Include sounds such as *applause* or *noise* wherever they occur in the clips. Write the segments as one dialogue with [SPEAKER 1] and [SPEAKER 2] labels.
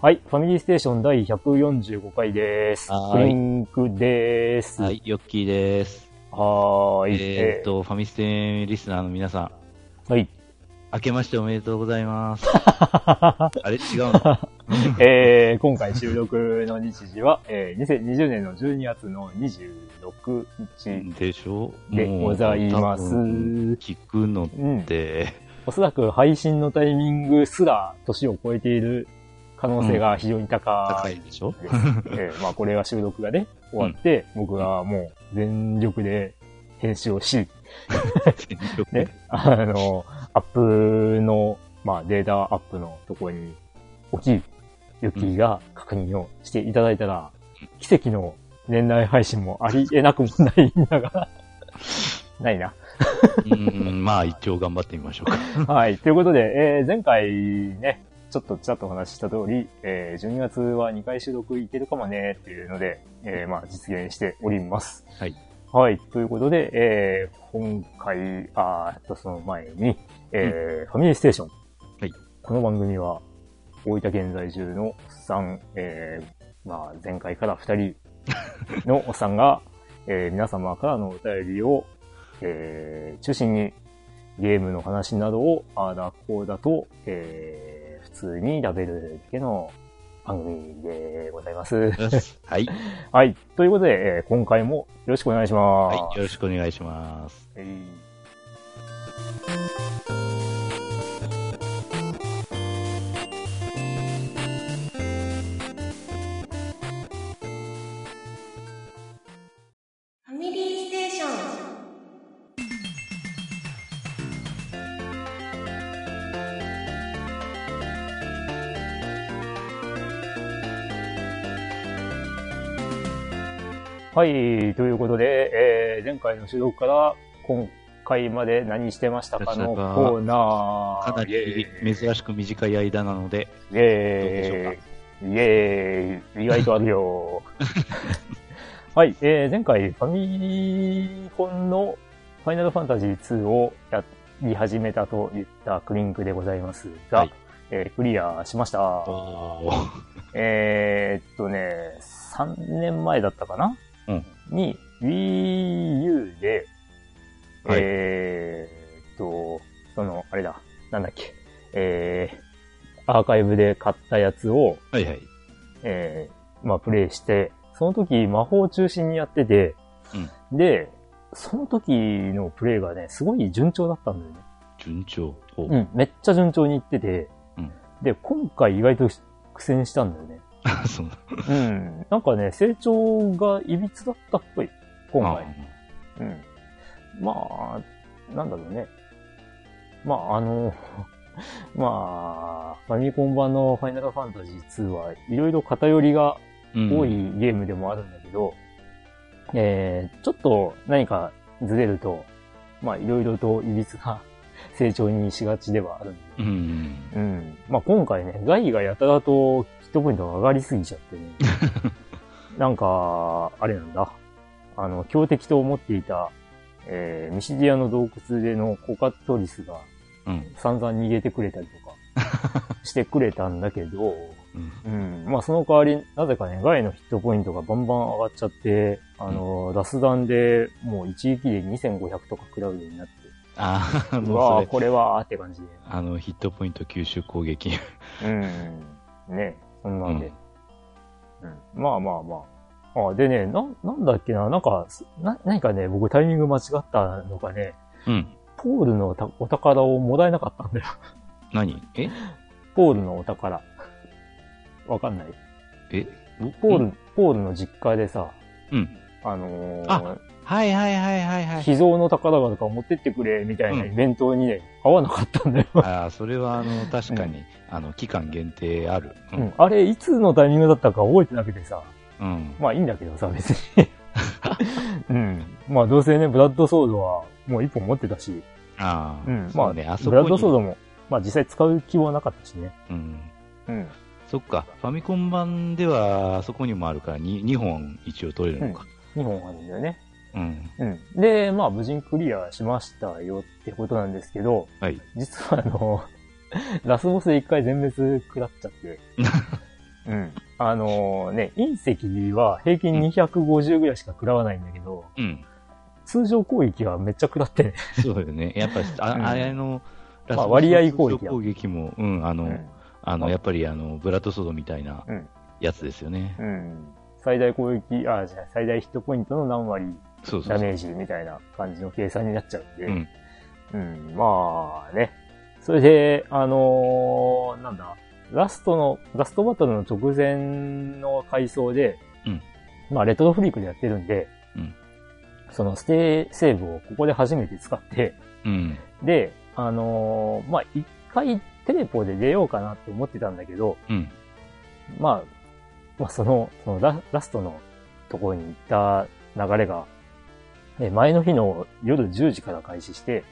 [SPEAKER 1] はい、ファミリーステーション第145回です。
[SPEAKER 2] はーい
[SPEAKER 1] リンクです。
[SPEAKER 2] はい、ヨッキーです。
[SPEAKER 1] はーい。
[SPEAKER 2] えーっと、ファミステリスナーの皆さん、
[SPEAKER 1] えー。はい。
[SPEAKER 2] 明けましておめでとうござい
[SPEAKER 1] *laughs*
[SPEAKER 2] ます。あれ違うの
[SPEAKER 1] えー、今回収録の日時は、 *laughs* えー、2020年の12月の26日
[SPEAKER 2] でしょ
[SPEAKER 1] で
[SPEAKER 2] もう
[SPEAKER 1] ございます。
[SPEAKER 2] 多
[SPEAKER 1] う
[SPEAKER 2] 分
[SPEAKER 1] ん。
[SPEAKER 2] 聞くのって、
[SPEAKER 1] おそらく配信のタイミングすら年を超えている可能性が非常に高
[SPEAKER 2] 高
[SPEAKER 1] い
[SPEAKER 2] いでしょ
[SPEAKER 1] です。えーまあこれは収録がね、終わって、僕はもう全力で編集をし、
[SPEAKER 2] 全力
[SPEAKER 1] ね、あの、アップの、まあ、データアップのところに置き、ユッキーが確認をしていただいたら、奇跡の年内配信もありえなくもないんだが、ないな。
[SPEAKER 2] うん、まあ一応頑張ってみましょ
[SPEAKER 1] *laughs*
[SPEAKER 2] うか。
[SPEAKER 1] はい。ということで、えー前回ね、ちょっとちらっとお話しした通り、えー12月は2回収録いけるかもねっていうので、えーまあ実現しております。
[SPEAKER 2] はい。
[SPEAKER 1] はい。ということで、えー今回、あーえっと、その前に、えーファミリーステーション。
[SPEAKER 2] はい。
[SPEAKER 1] この番組は、大分県在住のおっさん、えーまあ前回から2人
[SPEAKER 2] *laughs*
[SPEAKER 1] のおっさんが、えー皆様からのお便りを、えー中心にゲームの話などを、ああだこうだと、えー、普通にラベルだけの番組でございます。
[SPEAKER 2] はい、
[SPEAKER 1] はい。ということで、えー今回もよろしくお願いします。
[SPEAKER 2] はい、よろしくお願いします。
[SPEAKER 1] えー
[SPEAKER 3] ファミリーステーション。
[SPEAKER 1] はい。ということで、えー前回の収録から今回まで何してましたかのコーナー。
[SPEAKER 2] かなり珍しく短い間なので、
[SPEAKER 1] イエーイ。イエーイ。意外とある
[SPEAKER 2] *laughs*
[SPEAKER 1] よ。はい、えー、前回ファミコンのファイナルファンタジー2をやり始めたと言ったクリンクでございますが、
[SPEAKER 2] はい
[SPEAKER 1] えークリアしました。
[SPEAKER 2] おー
[SPEAKER 1] えーっとね、3年前だったかな、
[SPEAKER 2] うん
[SPEAKER 1] に Wii U で、
[SPEAKER 2] はい
[SPEAKER 1] えーっと、その、あれだ、なんだっけ、えー、アーカイブで買ったやつを、
[SPEAKER 2] はいはい。
[SPEAKER 1] えー、まあ、プレイして、その時魔法を中心にやってて、で、その時のプレイがね、すごい順調だったんだよね。
[SPEAKER 2] 順調。ほう
[SPEAKER 1] うん、めっちゃ順調にいってて、
[SPEAKER 2] うん
[SPEAKER 1] で、今回意外と苦戦したんだよね。
[SPEAKER 2] *laughs* そうな
[SPEAKER 1] うん。なんかね、成長がいびつだったっぽい。今
[SPEAKER 2] あ
[SPEAKER 1] 回。うん。まあ、なんだろうね。まあ、あの、 *laughs* まあ、ファミコン版のファイナルファンタジー2はいろいろ偏りが
[SPEAKER 2] ーうん
[SPEAKER 1] 多いゲームでもあるんだけど、えー、ちょっと何かずれると、まあいろいろといびつな *laughs* 成長にしがちではあるんだけ
[SPEAKER 2] う
[SPEAKER 1] ど、
[SPEAKER 2] ん。
[SPEAKER 1] うん。まあ、今回ね、ガイがやたらとヒットポイントが上がりすぎちゃって
[SPEAKER 2] *laughs*
[SPEAKER 1] ね。なんか、あれなんだ。あの、強敵と思っていた、えー、ミシディアの洞窟でのコカトリスが
[SPEAKER 2] うん。
[SPEAKER 1] 散々逃げてくれたりと
[SPEAKER 2] *laughs*
[SPEAKER 1] かしてくれたんだけど、
[SPEAKER 2] うん
[SPEAKER 1] うん。まあ、その代わり、なぜかね、ガイのヒットポイントがバンバン上がっちゃって、あの、ラス弾でもう一撃で2500とか食らうようになって、
[SPEAKER 2] ああ、
[SPEAKER 1] う
[SPEAKER 2] *laughs* も
[SPEAKER 1] わ
[SPEAKER 2] う
[SPEAKER 1] ぁ、
[SPEAKER 2] それ、
[SPEAKER 1] これはーって感じで。
[SPEAKER 2] あの、ヒットポイント吸収攻撃。
[SPEAKER 1] うん。ねそんなんで
[SPEAKER 2] うん。
[SPEAKER 1] うん。まあまあまあ。あでね、な、なんだっけな、なんか、すな、何かね、僕タイミング間違ったのかね、
[SPEAKER 2] うん。
[SPEAKER 1] ポールのたお宝をもらえなかったんだよ。 *laughs*
[SPEAKER 2] 何え
[SPEAKER 1] ポールのお宝。わかんない。
[SPEAKER 2] えお
[SPEAKER 1] ポール、
[SPEAKER 2] うん
[SPEAKER 1] ポールの実家でさ、
[SPEAKER 2] うん。
[SPEAKER 1] あのー
[SPEAKER 2] あはいはいはいはいはい。
[SPEAKER 1] 秘蔵の宝がとか持ってってくれ、みたいな
[SPEAKER 2] うん
[SPEAKER 1] イベントにね、合わなかったんだよ。
[SPEAKER 2] *laughs* ああ、それは、あの、確かに、あの、期間限定ある。う。
[SPEAKER 1] うんん。あれ、いつのタイミングだったか覚えてなくてさ。
[SPEAKER 2] うん。
[SPEAKER 1] まあいいんだけどさ、別に。うん。まあどうせね、ブラッドソードはもう一本持ってたし、
[SPEAKER 2] あ
[SPEAKER 1] う
[SPEAKER 2] あ、
[SPEAKER 1] ん。ま
[SPEAKER 2] そ
[SPEAKER 1] あ、
[SPEAKER 2] うね、あそ
[SPEAKER 1] ブ
[SPEAKER 2] こ
[SPEAKER 1] ラッド
[SPEAKER 2] に
[SPEAKER 1] ソードも、まあ実際使う気はなかったしね。
[SPEAKER 2] うん。
[SPEAKER 1] うん。
[SPEAKER 2] そっか、ファミコン版では、あそこにもあるから2、2本一応取れるのか。
[SPEAKER 1] 2本あるんだよね。
[SPEAKER 2] うん。
[SPEAKER 1] うん。で、まあ無事にクリアしましたよってことなんですけど、
[SPEAKER 2] はい。
[SPEAKER 1] 実はあの、 *laughs* ラスボスで一回全滅食らっちゃ
[SPEAKER 2] *laughs*
[SPEAKER 1] って。うん。あのね、隕石は平均250ぐらいしか食らわないんだけど、
[SPEAKER 2] うん。
[SPEAKER 1] 通常攻撃はめっちゃ食らってね。
[SPEAKER 2] そうよね。やっぱ、あ,、
[SPEAKER 1] うん
[SPEAKER 2] あれの、
[SPEAKER 1] まあ割合攻撃だ
[SPEAKER 2] ラスボスの攻撃も、うん、あの、あの、やっぱりあの、ブラッドソードみたいな
[SPEAKER 1] うん
[SPEAKER 2] やつですよね。
[SPEAKER 1] うん。最大攻撃、あ、じゃあ最大ヒットポイントの何割
[SPEAKER 2] そうそう
[SPEAKER 1] ダ
[SPEAKER 2] そう。
[SPEAKER 1] メージみたいな感じの計算になっちゃうんで。
[SPEAKER 2] うん。
[SPEAKER 1] うん、まあね。それで、あのーなんだ、ラストの、ラストバトルの直前の回想で、
[SPEAKER 2] うん
[SPEAKER 1] まあ、レトロフリークでやってるんで、
[SPEAKER 2] うん
[SPEAKER 1] そのステイセーブをここで初めて使って、
[SPEAKER 2] うん。
[SPEAKER 1] で、あのーまあ、一回テレポで出ようかなって思ってたんだけど、
[SPEAKER 2] うん。
[SPEAKER 1] まあ、まあ、その、そのララストのところに行った流れが、ね、前の日の夜10時から開始して、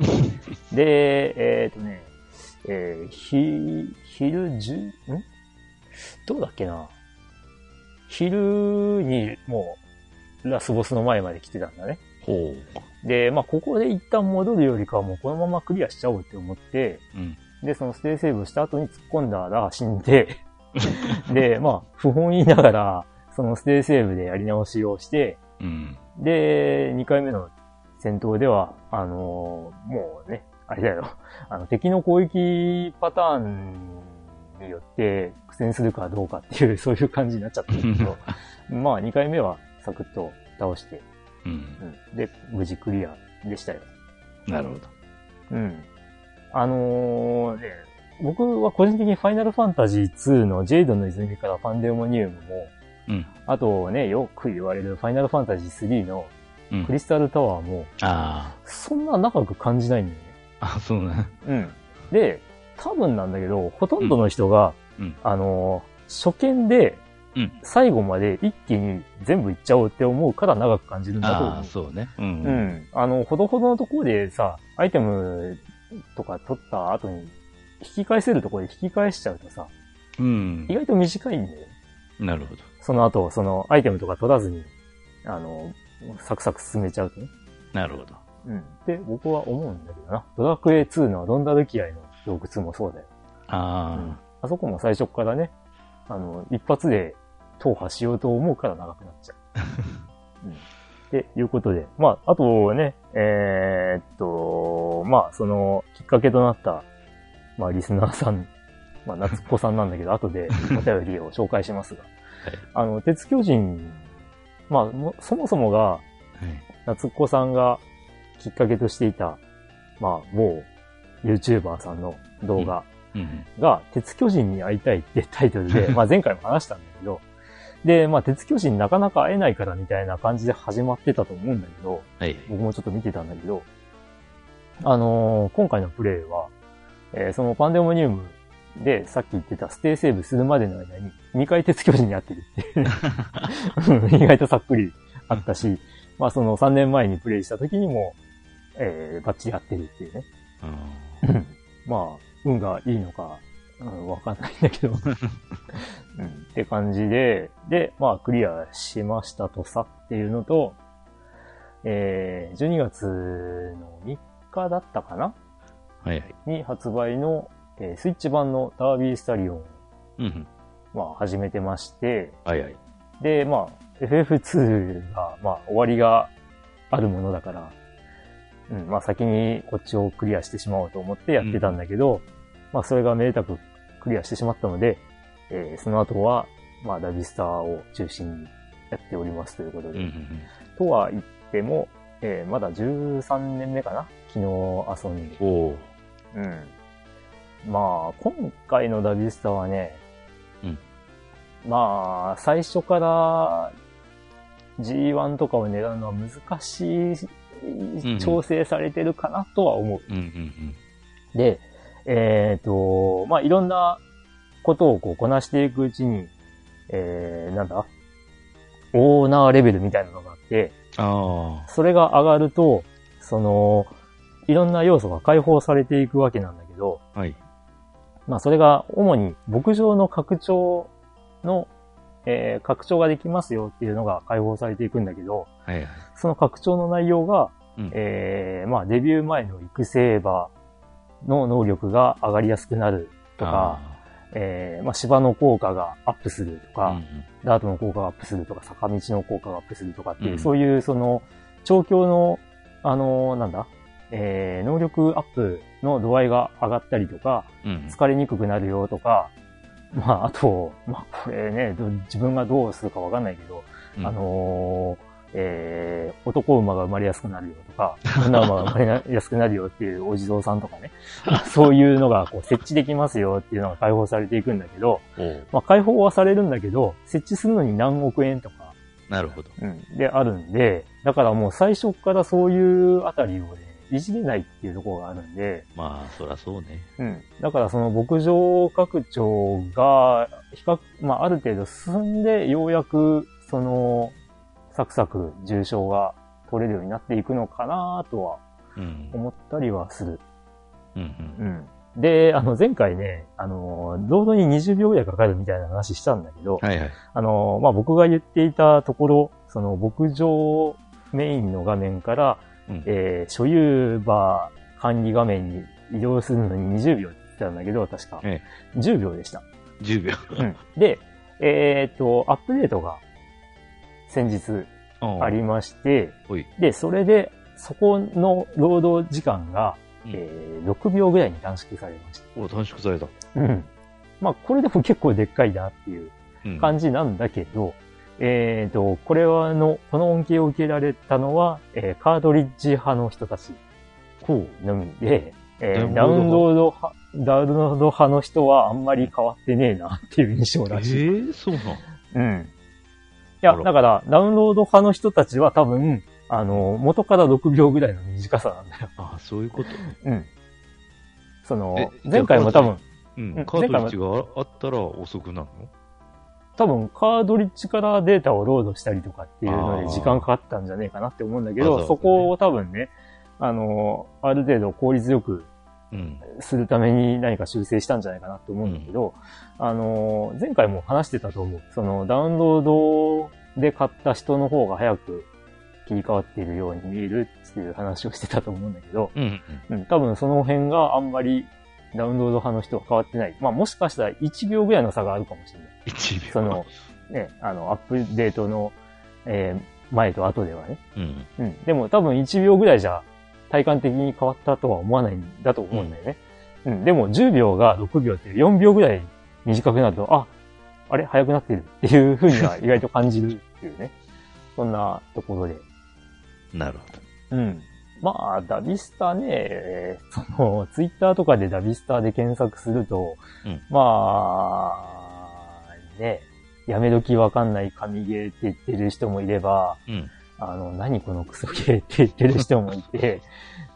[SPEAKER 1] で、えっ、とね、えーひ、昼十、んどうだっけな昼にもうラスボスの前まで来てたんだね。
[SPEAKER 2] ほう。
[SPEAKER 1] で、まあ、ここで一旦戻るよりかはもうこのままクリアしちゃおうって思って、
[SPEAKER 2] うん。
[SPEAKER 1] で、そのステイセーブした後に突っ込んだら死ん
[SPEAKER 2] *laughs*
[SPEAKER 1] で、で、まあ、不本意ながら、そのステイセーブでやり直しをして、
[SPEAKER 2] うん。
[SPEAKER 1] で、2回目の戦闘では、あのーもうね、あれだよ、あの、敵の攻撃パターンによって苦戦するかどうかっていう、そういう感じになっちゃったんだけ
[SPEAKER 2] *laughs*
[SPEAKER 1] ど、まあ、2回目はサクッと倒して、
[SPEAKER 2] うん。
[SPEAKER 1] うん、で、無事クリアでしたよ。
[SPEAKER 2] なるほど。
[SPEAKER 1] うん。あのーね、僕は個人的にファイナルファンタジー2のジェイドの泉からファンデモニウムも、
[SPEAKER 2] うん。
[SPEAKER 1] あとね、よく言われるファイナルファンタジー3の
[SPEAKER 2] う
[SPEAKER 1] ク
[SPEAKER 2] ん。
[SPEAKER 1] リスタルタワーも、
[SPEAKER 2] あ
[SPEAKER 1] そんな長く感じないんだよ
[SPEAKER 2] あ。あ、そうな。
[SPEAKER 1] ね。うん。で、多分なんだけど、ほとんどの人が、
[SPEAKER 2] うんうん
[SPEAKER 1] あのー初見で
[SPEAKER 2] うん。
[SPEAKER 1] 最後まで一気に全部いっちゃおうって思うから長く感じるんだと思
[SPEAKER 2] あ
[SPEAKER 1] う
[SPEAKER 2] あ、。そうね。うん。
[SPEAKER 1] う。ん。あの、ほどほどのところでさ、アイテムとか取った後に、引き返せるところで引き返しちゃうとさ、
[SPEAKER 2] うん
[SPEAKER 1] 意。外と短いんだよ。
[SPEAKER 2] なるほど。
[SPEAKER 1] その後、その、アイテムとか取らずに、あの、サクサク進めちゃうとね。
[SPEAKER 2] なるほど。
[SPEAKER 1] うん。って僕は思うんだけどな。ドラクエ2のロンダルキアイの洞窟もそうだよ。
[SPEAKER 2] あ
[SPEAKER 1] あそこも最初っからね、あの、一発で踏破しようと思うから長くなっちゃ
[SPEAKER 2] *laughs*
[SPEAKER 1] う。うんっていうことで、まあ、あとね、えーっと、まあ、その、きっかけとなった、まあ、リスナーさん、まあ、夏子さんなんだけど、後
[SPEAKER 2] *laughs*
[SPEAKER 1] でお便りを紹介しますが、あの、鉄巨人、まあ、もそもそもが、
[SPEAKER 2] あ。はい。
[SPEAKER 1] 夏子さんがきっかけとしていた、まあ、某 YouTuber さんの動画、
[SPEAKER 2] うん。
[SPEAKER 1] が、鉄巨人に会いたいってタイトルで、 *laughs* まあ前回も話したんだけど、で、まあ鉄巨人なかなか会えないからみたいな感じで始まってたと思うんだけど、
[SPEAKER 2] はい。
[SPEAKER 1] 僕もちょっと見てたんだけど、あのー今回のプレイは、えーそのパンデモニウムでさっき言ってたステイセーブするまでの間に2回鉄巨人に会ってるっていううん、意外とさっくりあったし、まあその3年前にプレイした時にも、えーバッチリ合ってるっていうね。
[SPEAKER 2] あー
[SPEAKER 1] まあ、運がいいのか、うん、わかんないんだけど、
[SPEAKER 2] *laughs*
[SPEAKER 1] うん。って感じで、で、まあ、クリアしましたとさっていうのと、えー、12月の3日だったかな
[SPEAKER 2] はいはい。
[SPEAKER 1] に発売の、えースイッチ版のダービースタリオンを、
[SPEAKER 2] うんうん。
[SPEAKER 1] まあ、始めてまして、
[SPEAKER 2] はいはい。
[SPEAKER 1] で、まあ、FF2 が、まあ、終わりがあるものだから、うん、まあ、先にこっちをクリアしてしまおうと思ってやってたんだけど、まあ、それがめでたくクリアしてしまったので、えーその後は、まあ、ダビスターを中心にやっておりますということ
[SPEAKER 2] うん
[SPEAKER 1] で、
[SPEAKER 2] うん
[SPEAKER 1] とは言っても、えーまだ13年目かな昨日遊んで
[SPEAKER 2] うん。。おお。
[SPEAKER 1] うん。まあ、今回のダビスタはね、
[SPEAKER 2] うん
[SPEAKER 1] まあ、最初から G1 とかを狙うのは難し
[SPEAKER 2] んうん
[SPEAKER 1] い、調整されてるかなとは思う。
[SPEAKER 2] うんうん
[SPEAKER 1] で、えっ、と、まあ、いろんなことをこうこなしていくうちに、えー、なんだオーナーレベルみたいなのがあって、
[SPEAKER 2] うん。ああ。
[SPEAKER 1] それが上がると、その、いろんな要素が解放されていくわけなんだけど、
[SPEAKER 2] はい。
[SPEAKER 1] まあそれが主に牧場の拡張の、えー拡張ができますよっていうのが解放されていくんだけど、
[SPEAKER 2] はいはい。
[SPEAKER 1] その拡張の内容が、
[SPEAKER 2] うん
[SPEAKER 1] えーまあデビュー前の育成馬の能力が上がりやすくなるとか、えーまあ芝の効果がアップすると
[SPEAKER 2] あ
[SPEAKER 1] か、
[SPEAKER 2] ー、うん
[SPEAKER 1] ダートの効果がアップするとか、坂道の効果がアップするとかっていう、
[SPEAKER 2] うん
[SPEAKER 1] そういうその、調教の、あのーなんだ、えー能力アップの度合いが上がったりとか、
[SPEAKER 2] うん。
[SPEAKER 1] 疲れにくくなるよとか、まあ、あと、まあ、これね、ど自分がどうするかわかんないけど、
[SPEAKER 2] うん
[SPEAKER 1] あ、のーえー男馬が生まれやすくなるよとか、女馬が生まれなやすくなるよっていうお地蔵さんとか
[SPEAKER 2] *laughs*
[SPEAKER 1] ね、そういうのがこう設置できますよっていうのが解放されていくんだけど、
[SPEAKER 2] おう
[SPEAKER 1] まあ、解放はされるんだけど、設置するのに何億円とか、
[SPEAKER 2] なるほど。
[SPEAKER 1] であるんで、だからもう最初からそういうあたりをね、いじれないっていうところがあるんで、
[SPEAKER 2] まあ、そらそうね。
[SPEAKER 1] だからその牧場拡張が、比較、まあある程度進んで、ようやく、その、サクサク重症が取れるようになっていくのかなとは
[SPEAKER 2] うん。
[SPEAKER 1] 思ったりはする。
[SPEAKER 2] うんうん。
[SPEAKER 1] で、あの前回ね、あの、ロードに20秒ぐらいかかるみたいな話したんだけど、
[SPEAKER 2] はいはい。
[SPEAKER 1] あの、まあ、僕が言っていたところ、その牧場メインの画面から、
[SPEAKER 2] うん
[SPEAKER 1] えー所有場管理画面に移動するのに20秒って言ってたんだけど、確か。
[SPEAKER 2] え
[SPEAKER 1] 10秒でした。
[SPEAKER 2] 10秒。
[SPEAKER 1] で、えーっと、アップデートが先日ありまして、
[SPEAKER 2] おい。
[SPEAKER 1] で、それで、そこの労働時間が、
[SPEAKER 2] うん
[SPEAKER 1] えー6秒ぐらいに短縮されました。
[SPEAKER 2] お短縮された。
[SPEAKER 1] うん。まあ、これでも結構でっかいなっていう
[SPEAKER 2] うん。
[SPEAKER 1] 感じなんだけど、えっ、と、これはあの、この恩恵を受けられたのは、えーカートリッジ派の人たち
[SPEAKER 2] こ
[SPEAKER 1] のみで、えーダ
[SPEAKER 2] ダ
[SPEAKER 1] ウ
[SPEAKER 2] ウ
[SPEAKER 1] ン
[SPEAKER 2] ン
[SPEAKER 1] ロ
[SPEAKER 2] ロ
[SPEAKER 1] ード派、ダウンロード派の人はあんまり変わってねえなっていう印象
[SPEAKER 2] う。ええ
[SPEAKER 1] らしい。
[SPEAKER 2] そうなん。
[SPEAKER 1] うん。いや、
[SPEAKER 2] あら
[SPEAKER 1] だから、ダウンロード派の人たちは多分、あの、元から6秒ぐらいの短さなんだよ。
[SPEAKER 2] ああ、そういうこと。
[SPEAKER 1] うん。その、
[SPEAKER 2] え
[SPEAKER 1] 前回も多分、
[SPEAKER 2] う
[SPEAKER 1] うん
[SPEAKER 2] ん。カートリッジがああったら遅くなるの
[SPEAKER 1] 多分カードリッジからデータをロードしたりとかっていうので
[SPEAKER 2] あー
[SPEAKER 1] 時間かかったんじゃねえかなって思うんだけ
[SPEAKER 2] わざわ
[SPEAKER 1] ど、
[SPEAKER 2] ざね
[SPEAKER 1] そこを多分ね、あの、ある程度効率よく
[SPEAKER 2] うん。
[SPEAKER 1] するために何か修正したんじゃないかなって思うんだけど、あの、前回も話してたと思う。そのダウンロードで買った人の方が早く切り替わっているように見えるっていう話をしてたと思うんだけど、
[SPEAKER 2] うんうん。
[SPEAKER 1] うん、多分その辺があんまりダウンロード派の人は変わってない。まあもしかしたら1秒ぐらいの差があるかもしれない。
[SPEAKER 2] 1秒。
[SPEAKER 1] その、ね、あの、アップデートの、えー前と後ではね。
[SPEAKER 2] うん。
[SPEAKER 1] うん。でも多分1秒ぐらいじゃ体感的に変わったとは思わないんだと思うんだよね。うん。でも10秒が6秒って4秒ぐらい短くなると、あ、あれ早くなってるっていう風には意外と感じるっていうね。そんなところで。
[SPEAKER 2] なるほど。
[SPEAKER 1] うん。まあ、ダビスタね、 *laughs* その、ツイッターとかでダビスタで検索すると、
[SPEAKER 2] うん
[SPEAKER 1] まあ、ね、やめ時わかんない神ゲーって言ってる人もいれば、
[SPEAKER 2] うん。
[SPEAKER 1] あの、何このクソゲーって言ってる人もい
[SPEAKER 2] *laughs*
[SPEAKER 1] て、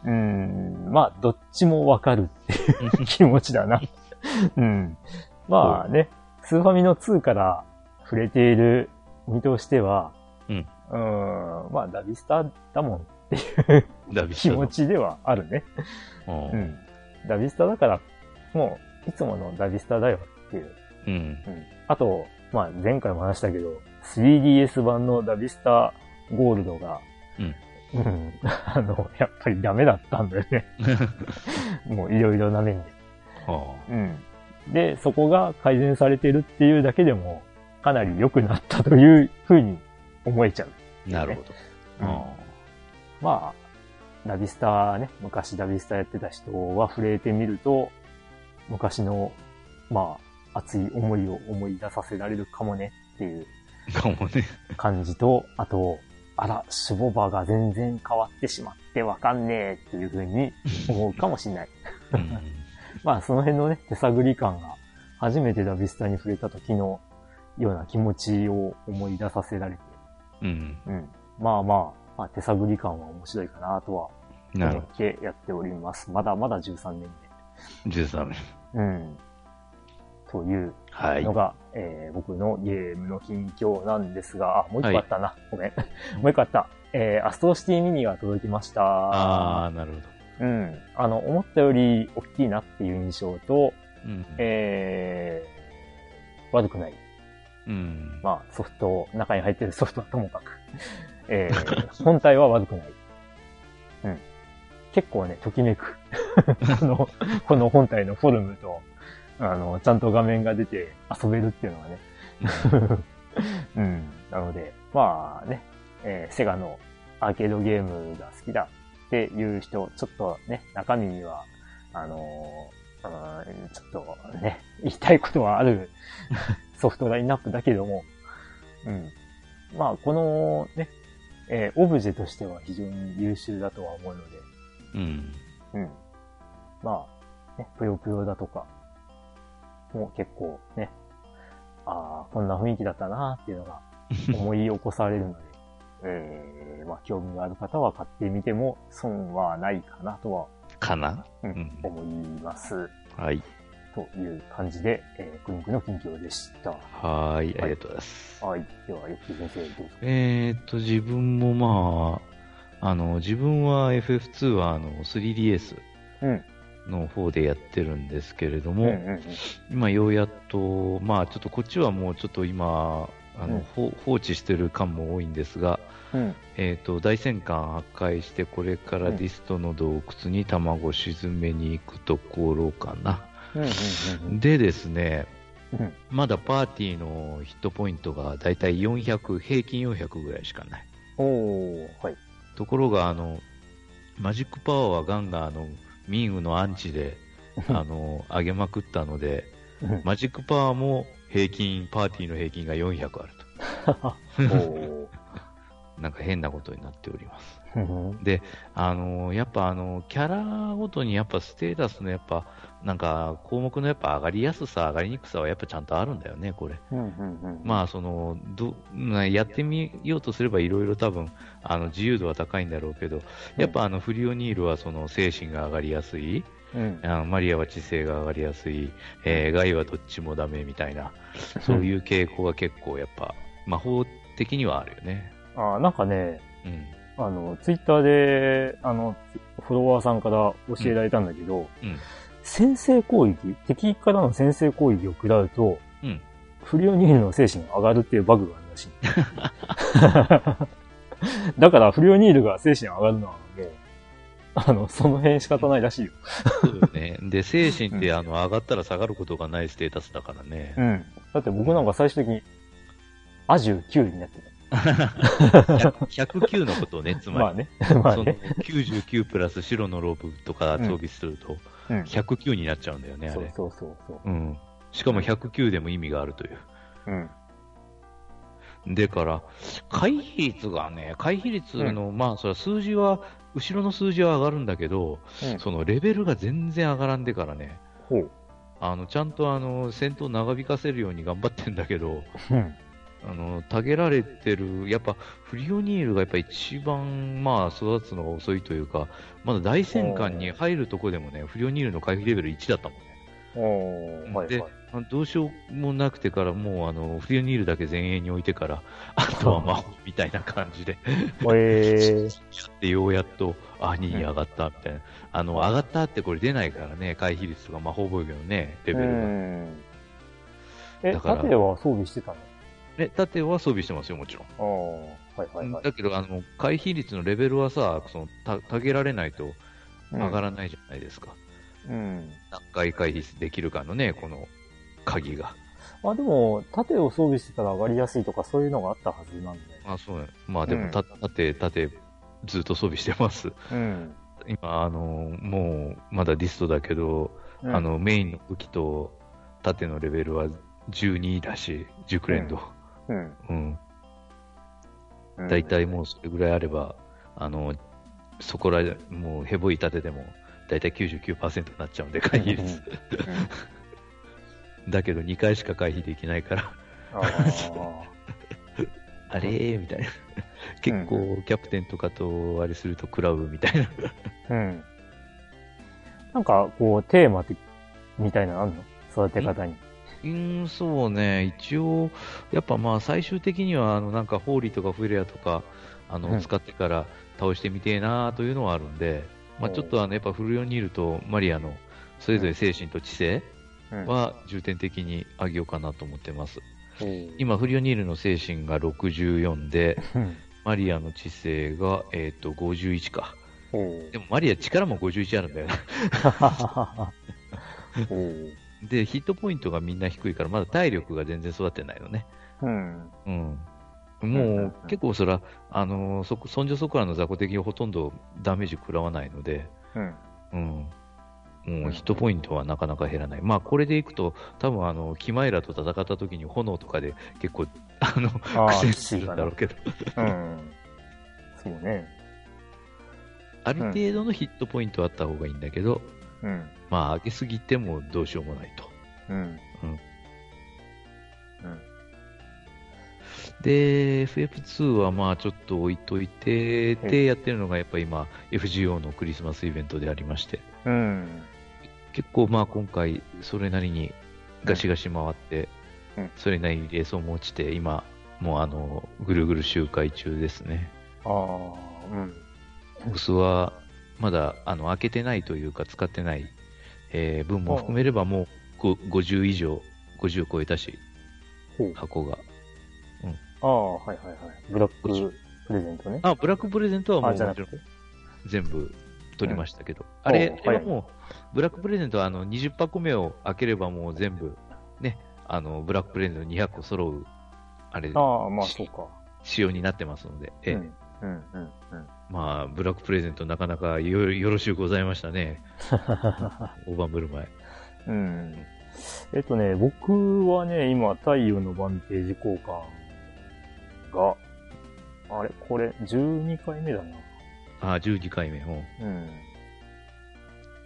[SPEAKER 1] うん、まあ、どっちもわかるっていう気持ちだ
[SPEAKER 2] *laughs*
[SPEAKER 1] な。うん。まあね、スーファミの2から触れている身としては、
[SPEAKER 2] うん。
[SPEAKER 1] うん、まあ、ダビスタだもん
[SPEAKER 2] ダビ
[SPEAKER 1] 気持ちではあるね。
[SPEAKER 2] うん。
[SPEAKER 1] うん。ダビスタだから、もう、いつものダビスタだよっていう。
[SPEAKER 2] うん。 *laughs*
[SPEAKER 1] うん。あと、まあ、前回も話したけど、3DS 版のダビスタゴールドが、
[SPEAKER 2] うん。
[SPEAKER 1] うん。 *laughs* あの、やっぱりダメだったんだよね。 *laughs* もう、いろいろな面で。
[SPEAKER 2] は
[SPEAKER 1] うん。で、そこが改善されてるっていうだけでも、かなり良くなったというふうに思えちゃう。
[SPEAKER 2] あ。なるほど。あ
[SPEAKER 1] まあ、ダビスタね、昔ダビスタやってた人は触れてみると、昔の、まあ、熱い思いを思い出させられるかもねっていう
[SPEAKER 2] あ。かもね。
[SPEAKER 1] 感じと、あと、あら、守護場が全然変わってしまってわかんねえっていう風に思うかもしれない。
[SPEAKER 2] うん。
[SPEAKER 1] まあ、その辺のね、手探り感が、初めてダビスタに触れた時のような気持ちを思い出させられて、
[SPEAKER 2] うん。
[SPEAKER 1] うん。まあまあ、まあ、手探り感は面白いかなとは
[SPEAKER 2] な
[SPEAKER 1] 思
[SPEAKER 2] るほ
[SPEAKER 1] ってやっております。まだまだ13年
[SPEAKER 2] ど。13名。
[SPEAKER 1] 目。うん。という
[SPEAKER 2] はい
[SPEAKER 1] の。が、えー僕のゲームの近況なんですが、あ、もう一個あったな。 *laughs* ごめん。もう一個あった。えーアストロシティミニが届きました。
[SPEAKER 2] ああ、なるほど。
[SPEAKER 1] うん。あの、思ったより大きいなっていう印象と、
[SPEAKER 2] うん。
[SPEAKER 1] えー、悪くない。
[SPEAKER 2] うん。
[SPEAKER 1] まあ、ソフト、中に入ってるソフトはともかく。えー、本体は悪くない。うん。結構ね、ときめく。 *laughs* あの、この本体のフォルムと、あの、ちゃんと画面が出て遊べるっていうのがね。うん。 *laughs* なので、まあね、えーセガのアーケードゲームが好きだっていう人、ちょっとね、中身には、あのーうーんちょっとね、言いたいことはある *laughs* ソフトラインナップだけども、うん。まあ、このね、えーオブジェとしては非常に優秀だとは思うので、
[SPEAKER 2] うん。
[SPEAKER 1] うん。まあ、ね、ぷよぷよだとか、もう結構ね、ああ、こんな雰囲気だったなーっていうのが思い起こされるので、えー、まあ興味がある方は買ってみても損はないかなとは、
[SPEAKER 2] かな
[SPEAKER 1] うん
[SPEAKER 2] うん
[SPEAKER 1] 思います。
[SPEAKER 2] はい。
[SPEAKER 1] という感じで、えー、クニックの近況でした。
[SPEAKER 2] はーい。ありがとうございます。
[SPEAKER 1] はい。では、ゆき先生、どうぞ。
[SPEAKER 2] えーっと、自分もまあ、あの、自分は FF2 はあの 3DS
[SPEAKER 1] うん。
[SPEAKER 2] の方でやってるんですけれど
[SPEAKER 1] う
[SPEAKER 2] も、
[SPEAKER 1] んうんうん。
[SPEAKER 2] 今ようやっと、まあちょっとこっちはもうちょっと今、あの、
[SPEAKER 1] うん
[SPEAKER 2] ほ放置してる感も多いんですが、
[SPEAKER 1] うん。
[SPEAKER 2] えーっと、大戦艦破壊して、これから
[SPEAKER 1] うん
[SPEAKER 2] ディストの洞窟に卵沈めに行くところかな。
[SPEAKER 1] うん
[SPEAKER 2] でですね、
[SPEAKER 1] うんうん。
[SPEAKER 2] まだパーティーのヒットポイントがだいたい400、平均400ぐらいしかない。
[SPEAKER 1] うん。おー、はい。
[SPEAKER 2] ところがあのマジックパワーはガンガンあのミングのアンチであの上げまくったので
[SPEAKER 1] うん
[SPEAKER 2] マジックパワーも平均パーティーの平均が400ある
[SPEAKER 1] おー。
[SPEAKER 2] となんか変なことになっております
[SPEAKER 1] うんうん
[SPEAKER 2] あのやっぱあのキャラごとにやっぱステータスのやっぱなんか項目のやっぱ上がりやすさ上がりにくさはやっぱちゃんとあるんだよねこれ
[SPEAKER 1] うんうんうん。
[SPEAKER 2] まあそのどまあやってみようとすればいろいろ多分あの自由度は高いんだろうけどやっぱあのフリオニールはその精神が上がりやすい
[SPEAKER 1] うん、
[SPEAKER 2] あマリアは知性が上がりやすい、えーガイはどっちもダメみたいなそういう傾向が結構やっぱ魔法的にはあるよね。
[SPEAKER 1] あーなんかね、
[SPEAKER 2] うん
[SPEAKER 1] あの、ツイッターで、あの、フォロワーさんから教えられたんだけど、
[SPEAKER 2] うん
[SPEAKER 1] 先制攻撃、敵からの先制攻撃を食らうと、
[SPEAKER 2] うん
[SPEAKER 1] 不良人間の精神が上がるっていうバグがあるらしい。だから、不良ニールが精神上がるのはもう、あの、その辺仕方ないらしいよ。
[SPEAKER 2] そうよね、 *laughs* で精神って
[SPEAKER 1] う
[SPEAKER 2] あの上がったら下がることがないステータスだからね。
[SPEAKER 1] ん。だって僕なんか最終的に、アジュ9になってた。
[SPEAKER 2] 109のことをね、つ
[SPEAKER 1] ま
[SPEAKER 2] ま
[SPEAKER 1] あ
[SPEAKER 2] り、
[SPEAKER 1] ね。 *laughs* まあ
[SPEAKER 2] その
[SPEAKER 1] ね。
[SPEAKER 2] 99プラス白のロープとか装備すると
[SPEAKER 1] うん
[SPEAKER 2] 109になっちゃうんだよね、あ
[SPEAKER 1] そう
[SPEAKER 2] れ。
[SPEAKER 1] そうそうそう。
[SPEAKER 2] うん、しかも109でも意味があるという。
[SPEAKER 1] うん。
[SPEAKER 2] でから、回避率がね、回避率の、まあ、それは数字は、後ろの数字は上がるんだけど、
[SPEAKER 1] うん
[SPEAKER 2] そのレベルが全然上がらんでからね、
[SPEAKER 1] ほう。
[SPEAKER 2] あのちゃんとあの戦闘長引かせるように頑張ってんだけど、
[SPEAKER 1] うん。
[SPEAKER 2] あのたげられてる、やっぱフリオニールがやっぱ一番、まあ、育つのが遅いというか、まだ大戦艦に入るとこでもね、フリオニールの回避レベル1だったもんね。
[SPEAKER 1] おー、はい
[SPEAKER 2] で
[SPEAKER 1] はい。
[SPEAKER 2] あのどうしようもなくてから、もうあのフリオニールだけ前衛に置いてから、あとは魔法みたいな感じで、
[SPEAKER 1] えー、
[SPEAKER 2] で、ようやっと、あ、2位に上がったみたいな。あの、上がったってこれ出ないからね、回避率とか魔法防御のね、レベルが。
[SPEAKER 1] うんえ、
[SPEAKER 2] だから
[SPEAKER 1] 盾は装備してたの
[SPEAKER 2] で、盾は装備してますよ、もちろん。
[SPEAKER 1] ああ、はいはいはい。
[SPEAKER 2] だけど、あの、回避率のレベルはさ、その、た、たげられないと上がらないじゃないですか。
[SPEAKER 1] うん。
[SPEAKER 2] 何回回避できるかのね、この、鍵が。
[SPEAKER 1] あ、でも、盾を装備してたら上がりやすいとかそういうのがあったはずなんで。
[SPEAKER 2] あ、そうね。まあで
[SPEAKER 1] う
[SPEAKER 2] も、
[SPEAKER 1] ん
[SPEAKER 2] た、盾、盾、ずっと装備してます。
[SPEAKER 1] うん。
[SPEAKER 2] 今、あの、もう、まだディストだけど、あ、の、メインの武器と盾のレベルは12だし、熟練度。
[SPEAKER 1] うん。
[SPEAKER 2] うん。大体もうそれぐらいあれば、あの、そこら、もうヘボい盾でも、大体99%になっちゃうんで、回避率。
[SPEAKER 1] うん。
[SPEAKER 2] だけど2回しか回避できないから、
[SPEAKER 1] あー
[SPEAKER 2] あれーみたいな。結構、キャプテンとかとあれすると食らうみたい
[SPEAKER 1] う
[SPEAKER 2] な。
[SPEAKER 1] ん。なんか、こう、テーマってみたいなのあんの育て方に。
[SPEAKER 2] うーん、そうね。一応、やっぱまあ最終的には、あの、なんか、ホーリーとかフィレアとか、あの、
[SPEAKER 1] うん
[SPEAKER 2] 使ってから倒してみてえなというのはあるんで、まあ、ちょっとあのやっぱフルヨニールとマリアのそれぞれ精神と知性
[SPEAKER 1] うん
[SPEAKER 2] は重点的にあげようかなと思ってます。
[SPEAKER 1] うん
[SPEAKER 2] 今、フルヨニールの精神が64で、
[SPEAKER 1] うん
[SPEAKER 2] マリアの知性が、えっと51か。
[SPEAKER 1] おう
[SPEAKER 2] でもマリア力も51あるんだよな。
[SPEAKER 1] おう
[SPEAKER 2] で、ヒットポイントがみんな低いから、まだ体力が全然育ってないのね。
[SPEAKER 1] うんうんう
[SPEAKER 2] うん。
[SPEAKER 1] んう
[SPEAKER 2] も
[SPEAKER 1] ん
[SPEAKER 2] う結構そら、あのーそこ、ソンジョソクラの雑魚敵をほとんどダメージ食らわないので、
[SPEAKER 1] うん
[SPEAKER 2] うん。もうヒットポイントはなかなか減らない。まあこれでいくと、多分あの、キマイラと戦った時に炎とかで結構、あの、
[SPEAKER 1] あ
[SPEAKER 2] 苦
[SPEAKER 1] あ
[SPEAKER 2] 戦するんだろうけど、
[SPEAKER 1] うんそうね
[SPEAKER 2] ある程度のヒットポイントはあった方がいいんだけど、
[SPEAKER 1] うん
[SPEAKER 2] まあ上げすぎてもどうしようもないと。
[SPEAKER 1] うん
[SPEAKER 2] で、FF2 はまあちょっと置いといて、
[SPEAKER 1] うん
[SPEAKER 2] で、やってるのがやっぱ今、FGO のクリスマスイベントでありまして、
[SPEAKER 1] うん
[SPEAKER 2] 結構まあ今回、それなりにガシガシ回って
[SPEAKER 1] うん、
[SPEAKER 2] それなりにレースも落ちて、今、もうあの、ぐるぐる周回中ですね。
[SPEAKER 1] ああうん
[SPEAKER 2] ボスは、まだ、あの、開けてないというか、使ってない、えー分も含めればもう、ご50以上、50超えたし
[SPEAKER 1] ほう、
[SPEAKER 2] 箱が。
[SPEAKER 1] ああはいはいはいブラックプレゼントね
[SPEAKER 2] あ、ブラックプレゼントはもう
[SPEAKER 1] あじゃ
[SPEAKER 2] も
[SPEAKER 1] な
[SPEAKER 2] ち
[SPEAKER 1] く
[SPEAKER 2] ろん
[SPEAKER 1] て
[SPEAKER 2] 全部取りましたけ
[SPEAKER 1] ん
[SPEAKER 2] ど、あれ
[SPEAKER 1] おう
[SPEAKER 2] あれはもう、ブラックプレゼントはあの20箱目を開ければもう全部、ね、あのブラックプレゼント200個揃う、あれ、
[SPEAKER 1] ああまあそうか
[SPEAKER 2] 仕様になってますので、ええ
[SPEAKER 1] うんうんうんうん
[SPEAKER 2] まあ、ブラックプレゼントなかなかよよろしゅうございまし
[SPEAKER 1] *laughs*
[SPEAKER 2] たね、大盤振る舞い。
[SPEAKER 1] うん。えっとね、僕はね、今、太陽のバンテージ交換が、あれこれ、12回目だな。
[SPEAKER 2] ああ、12回目を。
[SPEAKER 1] うん。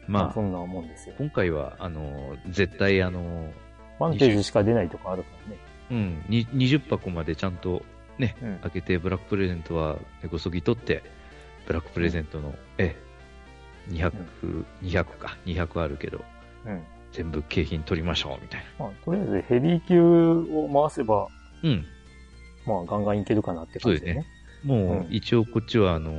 [SPEAKER 1] まあ、
[SPEAKER 2] ま
[SPEAKER 1] そ
[SPEAKER 2] あ、
[SPEAKER 1] んなもんですよ。
[SPEAKER 2] 今回は、あの、絶対、あの、
[SPEAKER 1] バンテージしか出ないとかあるからね。
[SPEAKER 2] うん、に20箱までちゃんとね、
[SPEAKER 1] うん
[SPEAKER 2] 開けて、ブラックプレゼントは根こそぎ取って、ブラックプレゼントの、ええ、200、200か、200あるけど、
[SPEAKER 1] うん。
[SPEAKER 2] 全部景品取りましょう、みたい
[SPEAKER 1] まあ、とりあえず、ヘビー級を回せば、
[SPEAKER 2] な。うん。
[SPEAKER 1] まあ、ガンガンいけるかなって感じでね。
[SPEAKER 2] もう
[SPEAKER 1] う、ん
[SPEAKER 2] 一応こっちは、あの、